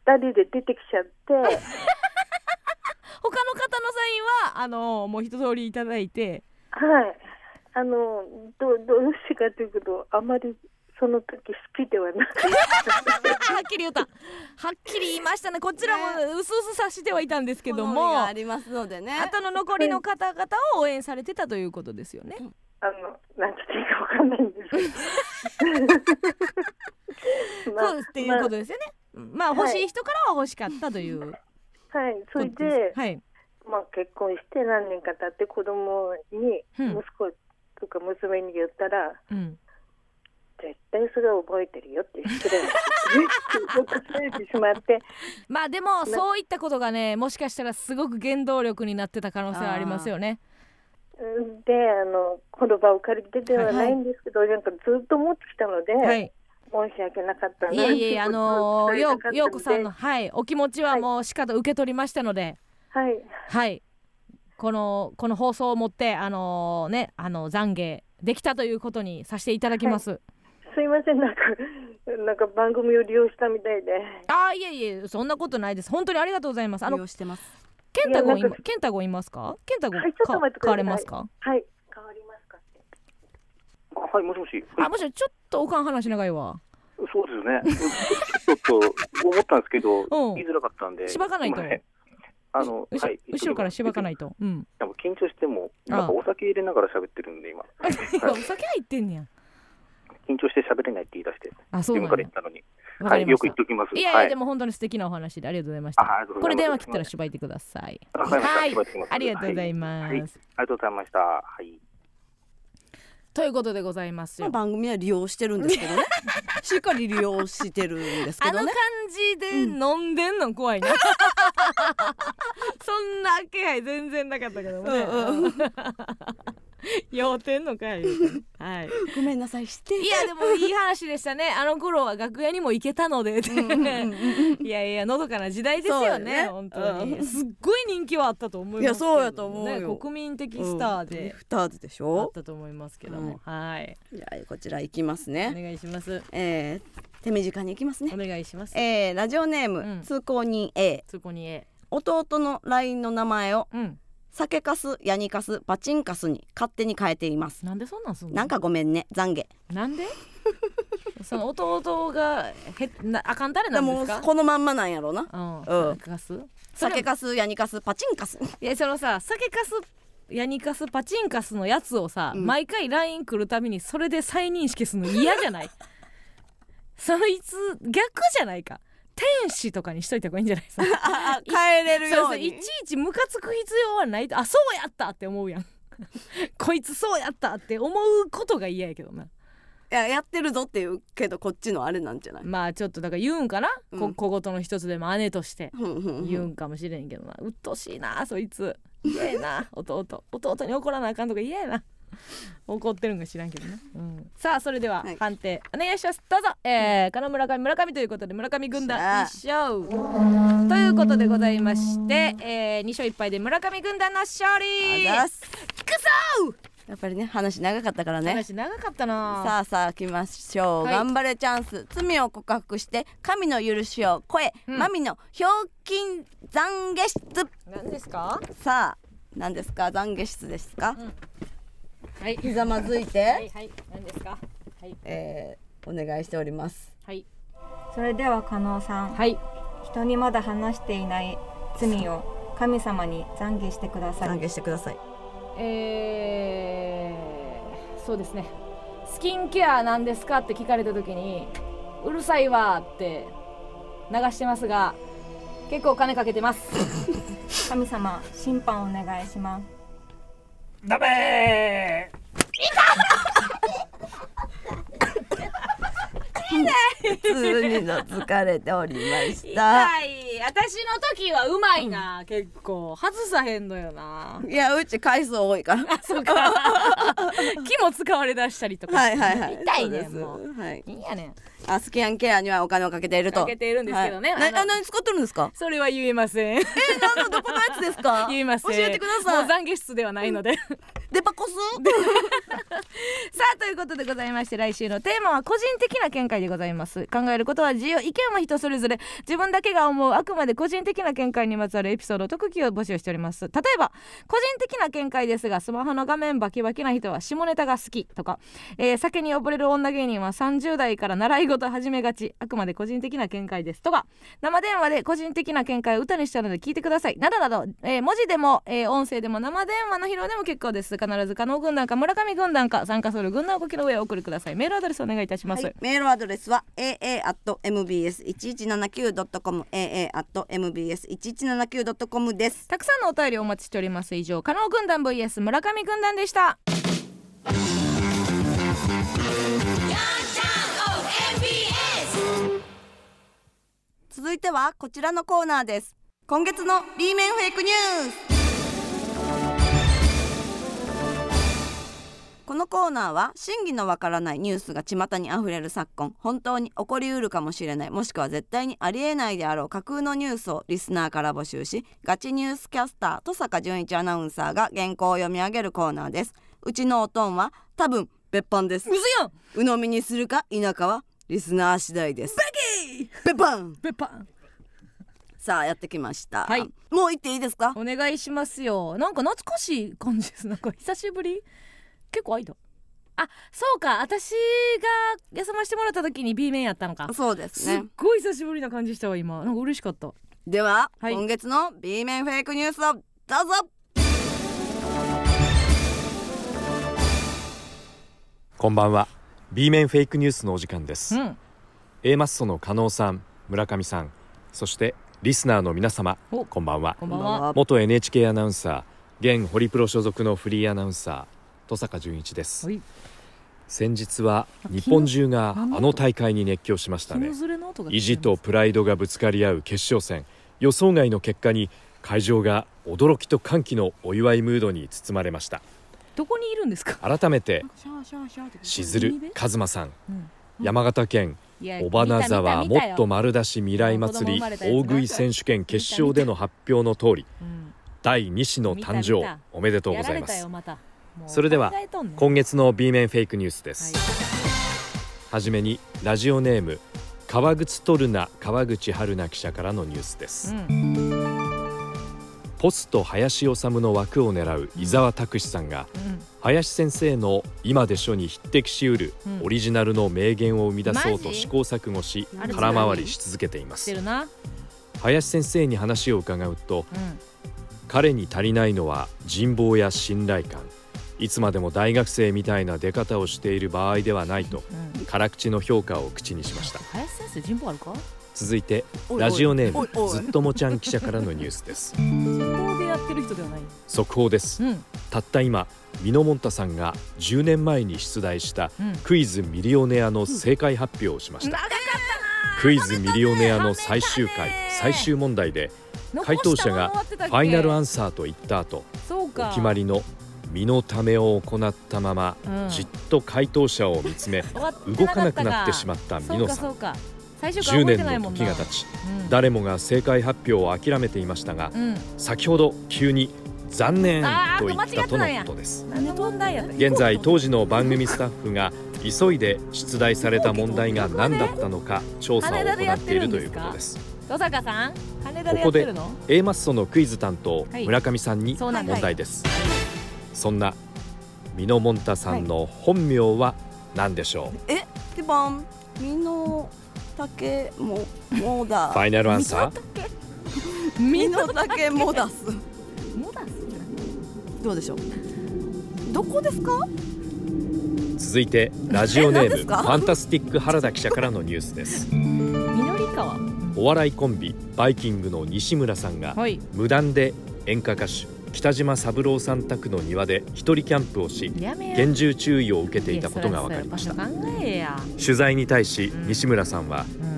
て2人で出てきち
[LAUGHS]
ゃって。
他の方のサインはあのもう一通りいただいて
はい。あの、どどうしてかというと、あまりその時好きでは
[LAUGHS]
なくて、
はっきり言ったはっきり言いましたねこちらもうすうす察してはいたんですけど
好み
も
があ
あ
りますのでね
との残りの方々を応援されてたということですよね
あの、なんて言っていいかわかんないんです
[LAUGHS]
けど。まあ
そうっていうことですよねまあ
はい
欲しい人からは欲しかったという
まあはい、 [LAUGHS]
こと
それ
で、
です
はい
まあ、結婚して何年か経って子供に、
うん
息子とか娘に言ったら、
うん
絶対それは覚えてるよって失礼な [LAUGHS] こと言ってしまって、
まあでもそういったことがねもしかしたらすごく原動力になってた可能性はありますよね
うんで、あの、この場を借りてではないんですけど、なんかずっと持ってきたので、
はい
申し訳なかったな。
いえいえあ
[LAUGHS]
のー、よ
ってことを伝えたかった
うようこさんの
で
はいお気持ちはもうしかと受け取りましたので
はい、
はいこのこの放送をもってあのーねあの懺悔できたということにさせていただきます、
すいません、なんか、 [LAUGHS] なんか番組を利用したみたいで。
ああいえいえそんなことないです本当にありがとうございますあ
利
の
用してます
健太君
いやなん
今
か
健太君いますか健太君
はいちょっと待ってください
買われますか
はい、変わりますかって。
はい、もしもし。
あもしろちょっとおかん話長いわ
そうですね。
[LAUGHS]
ちょっと思ったんですけど、
うん
言いづらかったんで。
しばかないと
すませんあの、
うし
はい。。
後ろからしばかないいとうん
でも緊張しても、なんかお酒入れながら喋ってるんで、今。
あ [LAUGHS] 今お酒入ってんねや
緊張して喋れないって言い出して、
あそう
自
なんや
分から言ったのに。
わか
は
り
い、
ま
よ
し
く
た
言っておきます。
いやいや、
はい
でも本当に素敵なお話でありがとうございました。
あありがとう
こ
ござ
れ
います
電話切ったらしばいてください。
あわかりました
はい
しばいてきます
ありがとうござい
は
ます。
い、ありがとうございました。はい。
ということでございます
まあ
よ。
番組は利用してるんです [LAUGHS] けどねしっかり利用してるんですけ
あ
ど
の感
ね
じで飲んでんの怖い
[LAUGHS]
な。そんな気配全然なかったけどもね。
うんうん
酔うてんのかい。はい。
ごめんなさいして
いやでもいい話でし
[LAUGHS]
たね。あの頃は楽屋にも行けたのでって。いやいやのどかな時代ですよ
そ
ね。
うよ
本
ね
当に、
うん
すっごい人気はあったと思いま
い
すけど、ね。
やそうやと思うよ
国民的スターで
スターズでし
あっ
ょ
たと思いますけども。はい。
じゃあこちら行きます
お
ね
願いします。
えー、手短に行きますね
お願いします。
えー、ラジオネーム、
うん
通行人 A
そこに A。
弟の LINE の名前を
うん。
酒かすヤニかすパチンかすに勝手に変えています
なんでそんなんすんの？
なんかごめんね懺悔
なんで？その弟がへなあかん誰
で
なんで
も
す
う
か？
このまんまなんやろな
うん。
うん
酒かす？
酒かすヤニかすパチンかす
いやそのさ酒かすヤニカスパチンカスのやつをさ、
うん
毎回 LINE 来るたびにそれで再認識するの嫌じゃない [LAUGHS] そいつ逆じゃないか天使とかにしといた方がいいんじゃな
[LAUGHS]
いですか
ああ帰れるよ
そうう
[LAUGHS]
い
に
ちいちムカつく必要はないとあそうやったって思うやん [LAUGHS] こいつそうやったって思うことが嫌やけどない
ややってるぞっていうけどこっちのあれなんじゃない
まあちょっとだから言うんかな、
う
こ
ん
小言の一つでも姉として
ふんふんふん
言うんかもしれんけどな鬱陶しいなそいつ嫌やな弟弟に怒らなあかんとか嫌やな怒ってるんか知らんけどな、うん、さあそれでは
はい
判定お願いしますどうぞえー、から村上村上ということで村上軍団
よっ
一勝ということでございまして、えー、2勝1敗で村上軍団の勝
あ
利
ざっすやっぱりね話長かったからね
話長かったな
さあさあ来ましょう、
はい
頑張れチャンス罪を告白して神の許しを超え、
うん
マミのひょうきん懺悔室
何ですか
さあ何ですか懺悔室ですか、
はい
ひざまずいて、
はいはい何ですかはい
えーお願いしております
はい
それでは加納さん
はい
人にまだ話していない罪を神様に懺悔してくださ
懺
い
悔してください
えーそうですねスキンケアなんですかって聞かれた時にうるさいわーって流してますが結構お金かけてます
神様審判お願いします
普通にの疲れておりました
い私の時はうまいな、結構外さへんのよ
[LAUGHS]
ない
やうち回数多いから
そうか木も使われだしたりとか
はいはいはい
痛いね
そうです
もう
はい
いいやねん
あスキャンケアにはお金をかけていると
かけているんですけどね
はい、
あの
なあ何使ってるんですか
それは言えません
えなんのどこのやつです [LAUGHS] か
[LAUGHS] 言えません
教えてください
もう懺悔室ではないので、
デパコス
[LAUGHS] さあということでございまして来週のテーマは個人的な見解でございます考えることは自由意見は人それぞれ自分だけが思うあくまで個人的な見解にまつわるエピソード特技を募集しております例えば個人的な見解ですがスマホの画面バキバキな人は下ネタが好きとか、えー酒に溺れる女芸人は30代から習い事始めがちあくまで個人的な見解ですとか生電話で個人的な見解を歌にしたので聞いてくださいなどなど、えー文字でも、えー音声でも生電話の披露でも結構です必ず加納軍団か村上軍団か参加する軍団をご記録へお送りくださいメールアドレスお願いいたします、
はい、メールアドレスは aa.mbs1179.com aa.mbs1179.com です
たくさんのお便りお待ちしております以上加納軍団 vs 村上軍団でした
続いてはこちらのコーナーです今月の B 面フェイクニュースこのコーナーは真偽のわからないニュースが巷にあふれる昨今本当に起こりうるかもしれないもしくは絶対にありえないであろう架空のニュースをリスナーから募集しガチニュースキャスター登坂淳一アナウンサーが原稿を読み上げるコーナーですうちのおとんは多分別班です
むずよん
鵜呑みにするか否かはリスナー次第ですベバン
ペッパン
さあやってきました、
はい
もう行っていいですか
お願いしますよなんか懐かしい感じですなんか久しぶり結構空いたあそうか私が休ませてもらった時に B 面やったのか
そうです
すっ
ね
ごい久しぶりな感じしたわ今なんか嬉しかった
では、
はい
今月の B 面フェイクニュースをどうぞ
こんばんは B 面フェイクニュースのお時間です
うん
A マッソの加納さん村上さんそしてリスナーの皆様
お
こんばんは
こんばんは
元 NHK アナウンサー現ホリプロ所属のフリーアナウンサー登坂淳一です
はい
先日は
あ
日本中が
昨日
あの大会に熱狂しました
紐
ね
ずれの音が聞こえ
意
ます
地とプライドがぶつかり合う決勝戦予想外の結果に会場が驚きと歓喜のお祝いムードに包まれました
どこにいるんですか
改めて
なんかシャーシャーシャーって
しずる和馬さん
うん
山形県
いや
尾花沢
見た見た
も
見たよ
っと丸出し未来祭
子供生
り
まれたやつな
大食い選手権決勝での発表の通り
うん
第2子の誕
見た
生
見た
おめでとうご
やら
ざい
れ
ま
た
す
よまたもう
それでは
考えとんねん
今月の B 面フェイクニュースです、はじめにラジオネーム川口トルナ川口春奈記者からのニュースです、
はいうん
ポスト林修の枠を狙う伊沢拓司さんが林先生の今でしょに匹敵しうる
うん
オリジナルの名言を生み出そう
マ
と
ジ
試行錯誤し
あれ
空回りし続けていま
して
す
るな
林先生に話を伺うと
うん
彼に足りないのは人望や信頼感いつまでも大学生みたいな出方をしている場合ではないと辛口の評価を口にしました
林先生人望あるか
続いて
おいおい
ラジオネー
おいお
ム
い
ずっともちゃん記者からのニュースです
ここでやってる人ではない
速報です
うん
たった今ミノモンタさんが10年前に出題した
うん
クイズミリオネアの正解発表をしましたクイズミリオネアの最終回最終問題で回答者が
残したまま終わって
フ
たっけ
ァイナルアンサーと言った後
そう
お
か
決まりの身のためを行ったまま
うん
じっと回答者を見
[LAUGHS]
つめ
終わって
動かなくなってしまったミノさ
そうんかそうか最初から
10
覚えてない
年
も
の
んな
時が経ち
うん
誰もが正解発表を諦めていましたが
うん
先ほど急に残念
あー
と言っ
間違ったて
との
たんや
ことです
何の問題やった
現在当時の番組スタッフが急いで出題された問題が何だったのか調査を行っているということです
登坂さん羽田
こ
でや
こ
って
で
るの
A マッソのクイズ担当
はい
村上さんに
そうなん
です
問題ですそんなミノモンタさんの本名は何でしょう
ピボンミノタケモモダ
ファイナルアンサ
ミノタケモダス
モダス
どうでしょうどこですか
ー続いてラジオネ
え何です
[LAUGHS]
ームフ
か
ァンタスティック原田記者からのニュースです
みのりか
お笑いコンビバイキングの西村さんが
はい
無断で演歌歌手北島三郎さん宅の庭で一人キャンプをし
やめや
厳重注意を受けていたことが分かりました
いやそりゃそうよ場所考えや
取材に対し
うん
西村さんは
うん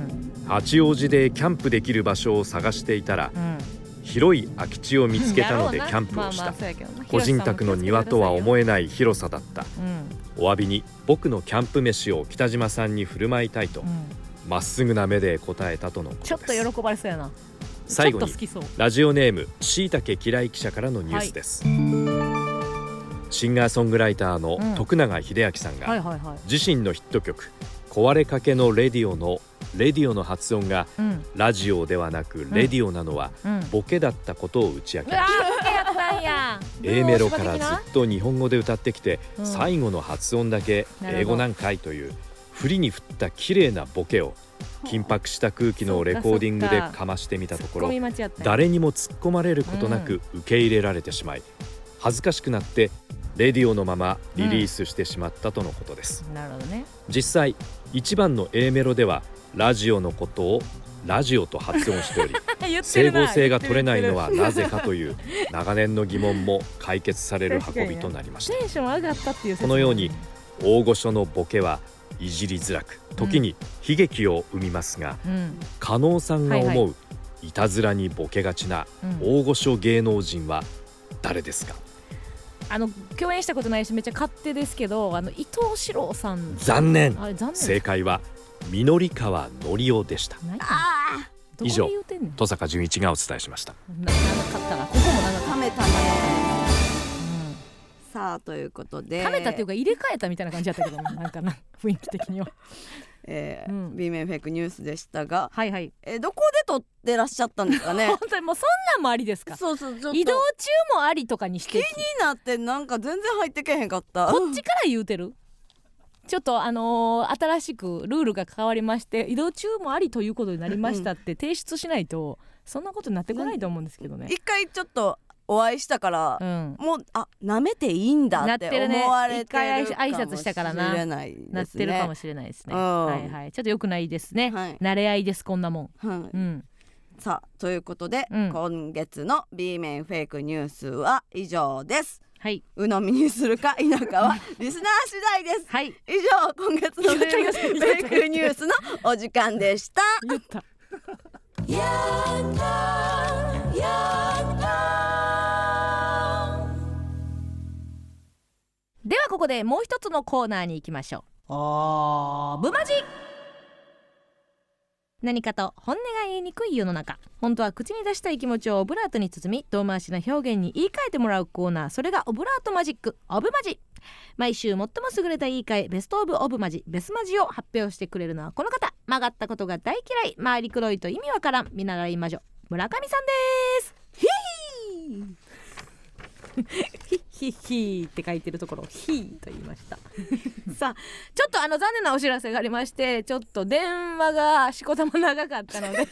八王子でキャンプできる場所を探していたら
うん
広い空き地を見つけたので
や
キ
ろうな
ャンプをし
まあま
た
あそうやけどな
個人宅の庭とは思えない広さだった
うん
お詫びに僕のキャンプ飯を北島さんに振る舞いたいと
うん
まっすぐな目で答えたとのことです
ちょっと喜ばれそうやな
最後
ちょっと
に
好きそう
ラジオネームしいたけ嫌い記者からのニュースです、シンガーソングライターの
うん
徳永英明さんが、
はいはいはい
自身のヒット曲「壊れかけのレディオ」の「レディオ」の発音が
うん
ラジオではなくレディオなのは
うん
ボケだったことを打ち明
う
け
わーボケやったんや
A メロか
どう
ら
し
ず
よう
っと日本語で歌ってきて
うん
最後の発音だけ英語なんかいという振りに振った綺麗なボケを緊迫した空気のレコーディングでかましてみた
ツ
と
ッコ
ころ
ミ間違ったんや
誰にも突っ込まれることなく受け入れられてしまい恥ずかしくなってレディオのままリリースしてしまったとのことです、
なるほどね [LAUGHS]
実際1番の A メロではラジオのことをラジオと発
[LAUGHS]
音しており
言って
整
るな
合性が取れないのはなぜかという長年の疑問も解決される運びとなりました
テンション上がったっていう説
このように大御所のボケはいじりづらく時に悲劇を生みますが
うん
加納さんが
はい
思ういたずらにボケがちな
うん
大御所芸能人は誰ですか
あの共演したことないしめっちゃ勝手ですけどあの伊藤四郎さん
残念
あれ残念
正解は緑川紀夫でした
ないかど
以
こ
上
で言うてんねん
登坂淳一がお伝えしました
な長かったなここも長か
た
っ
めたね
た、う
さあということで
ん、ためたっていうか入れ替えたみたいな感じだったけどななんかな雰囲気的には
えー
うん
B 面フェイクニュースでしたが
はいはい
えーどこで撮ってらっしゃったんですかね
本当にもう [LAUGHS] そんなんもありですか
そうそうちょっと
移動中もありとかにして
になってなんか全然入ってけへんかった
こっちから言うてるちょっとあのー新しくルールが変わりまして移動中もありということになりましたって提出しないとそんなことになってこないと思うんですけどね。
一回ちょっとお会いしたから
う、ん、
もうあ舐めていいんだっ
なって
て
るね
思われてる
一回挨拶したからな
かもしれないですね
なってるかもしれないですね。
うん
はいはい、ちょっと良くないですね。
はい
慣れ合いですこんなもん。
はい
うん、
さあということで、
うん
今月の B 面フェイクニュースは以上です
はい
鵜呑みにするか否か
[LAUGHS]
はリスナー次第です
はい
以上今月の B 面フェイクニュースのお時間でした
言った。ではここでもう一つのコーナーに行きましょうあーぶまじ何かと本音が言いにくい世の中本当は口に出したい気持ちをオブラートに包み遠回しの表現に言い換えてもらうコーナーそれがオブラートマジックオブマジ毎週最も優れた言い換えベストオブオブマジベスマジを発表してくれるのはこの方曲がったことが大嫌い周り黒いと意味わからん見習い魔女村上さんですヒヒヒッヒーって書いてるところをヒーと言いましたさあちょっとあの残念なお知らせがありましてちょっと電話がしこたま長かったので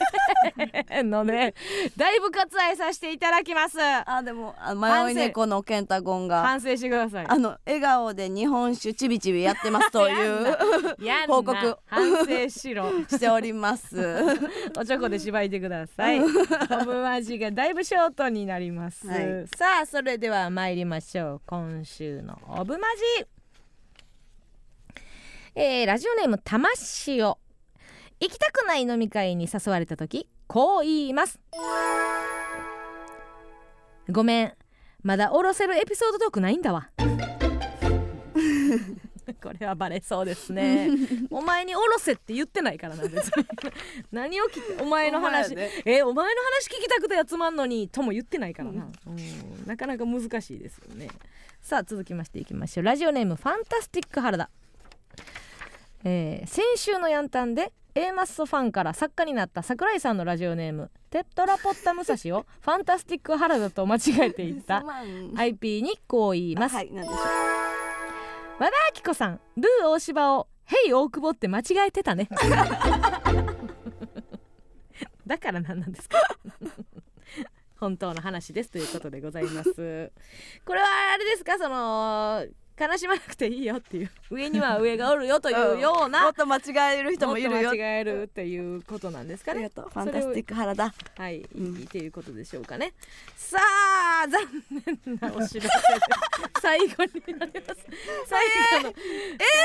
のでだいぶ割愛させていただきます
あでもあ迷い猫のケンタゴンが
反省してください
あの笑顔で日本酒ちびちびやってますとい
[LAUGHS] や
うん
やんな
報告
反省しろ
しております。
[LAUGHS] おちょこで縛いてください。オブ味がだいぶショートになります。
はい
さあそれでは参りましょう。今週のオブマジ。えーラジオネームたましお。行きたくない飲み会に誘われた時こう言います。ごめんまだおろせるエピソードトークないんだわ。 [LAUGHS] これはバレそうで
[LAUGHS]
すねお前におろせって言ってないからなんです [LAUGHS] に何をきお前の話
ほんまやね
えお前の話聞きたくて集まんのにとも言ってないからな、うんなかなか難しいですよねさあ続きましていきましょうラジオネームファンタスティック原田、えー先週のヤンタンで A マッソファンから作家になった桜井さんのラジオネームテトラポッタ武蔵をファンタスティック原田と間違えていた IP にこう言います
はい、なんでしょ
和田アキ子さんルー大柴を「ヘイ大久保」って間違えてたね [LAUGHS] だから何なんですか [LAUGHS] 本当の話ですということでございますこれはあれですかその悲しまなくていいよっていう上には上がおるよというよう
う。も
な
っと間違える人もいる
も
よ
っと。間違えるっていうことなんです
あ
か
り
ね
がとう。ファンタスティック原田。
はい、い
うん
いということでしょうかね。さあ、残念なお知ら
[LAUGHS]
せ。最後になります。最後の、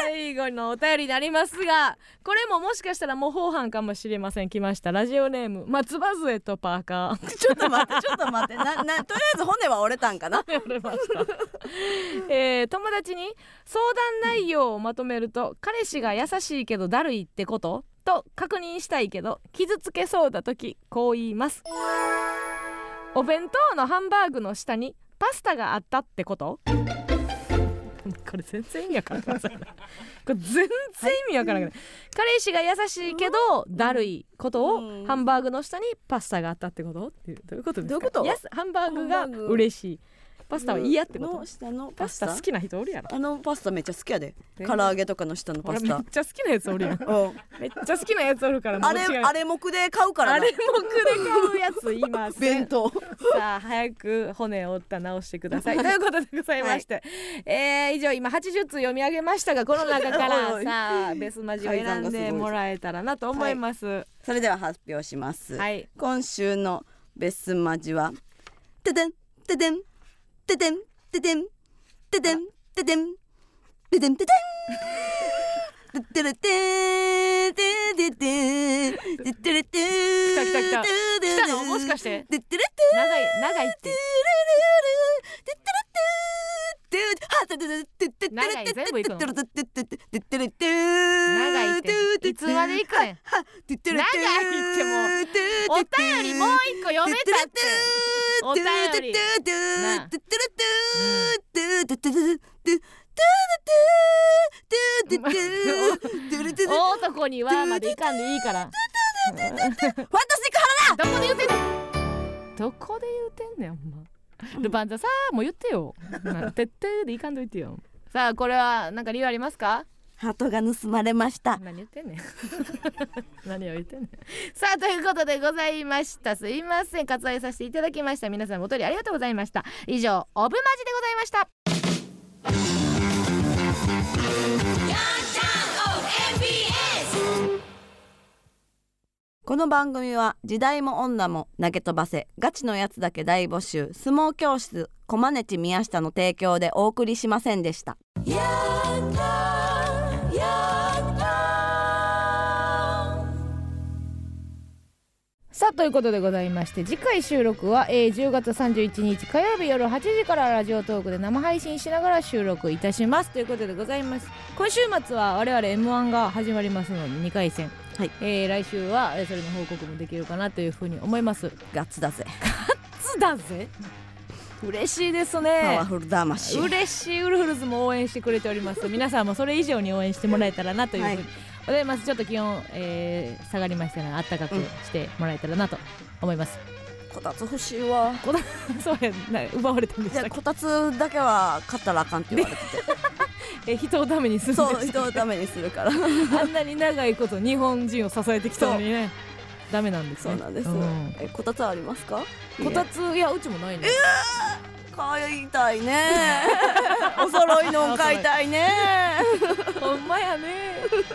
最後のお便りになりますが、これももしかしたら模倣犯かもしれません。来ました。ラジオネーム、松葉杖とパーカ
[LAUGHS]
ー。
ちょっと待って、ちょっと待って、な、な、とりあえず骨は折れたんかな。
言われ
[LAUGHS]
ました。えー友達に相談内容をまとめると、彼氏が優しいけどだるいってことと確認したいけど傷つけそうだ時こう言いますお弁当のハンバーグの下にパスタがあったってことこれ全然意味わからないこれ全然意味わからない、彼氏が優しいけどだるいことを、
うん
ハンバーグの下にパスタがあったってことっていうどういうことで
ど
すか
ういうこと
やすハンバーグが
ハンバーグ
嬉しいパスタは嫌ってこ
の
と
下の
パ
パ
ス
ス
タ
タ。
好きな人おるやろ
あのパスタめっちゃ好きやで。
え
唐揚げとかの下のパ
俺
ス
めっ
タ。
ちゃ好きなやつおるやん
うん
めっちゃ好きなやつおるから
あ
間違
れ
いない、
あれ目で買うから
あ
な
れ。もくれ買うやついます
弁当。
さあ早く骨を折った直してくださいということでございまして、えー以上今80通読み上げましたがこの中か
お
ら
い
さあベスマジを選んでもらえたらなと思いますはい、
それでは発表します。今週のベスマジは。ててん、ててん。ててん、ててん。ててん、ててん。ててん、ててん。てれてんてててんててれてん
来た来た来た来たのもしかしてて
ててれてん
長い長いっ
って
いつまで行くねんお便りもう一個読めたってお便りなあ大男にはまでいかんでいいからどこで言うてんねんどこで言うてんねんほんまルパンザさあもう言ってよ [LAUGHS] なてってーでいかんといてよさあこれはなんか理由ありますか何言 [LAUGHS] ってんねん何を言ってんねんさあということでございましたすいません割愛させていただきました皆さんお便りありがとうございました以上オブマジでございました
この番組は時代も女も投げ飛ばせガチのやつだけ大募集相撲教室コマネチ宮下の提供でお送りしませんでした
さあということでございまして次回収録は、えー10月31日火曜日夜8時からラジオトークで生配信しながら収録いたしますということでございます今週末は我々 m 1が始まりますので2回戦、
はい
えー来週はえーそれの報告もできるかなというふうに思います
ガッツだぜ
つだぜ嬉しいです
パ
ね
ワフル魂
嬉しいウルフルズも応援してくれております皆さんもそれ以上に応援してもらえたらなというふうに
はい
ございますちょっと気温、えー下がりましたらあったかくしてもらえたらなと思います、
こたつ欲しいわ
[LAUGHS] そうやな奪われたんでしたっ
で
け
こたつだけは買ったらあかんって言 [LAUGHS] われて
え人をために
て
するん
そう
でし
人
た
の
っけ
ためにするから
[LAUGHS] あんなに長いこと日本人を支えてきたのにねダメなんです
[LAUGHS] そ
ね
うなんです、
ん
えこたつありますか
こたついやうちもないね
買いたい [LAUGHS] ねお揃いのん買いたいね
ほんまやね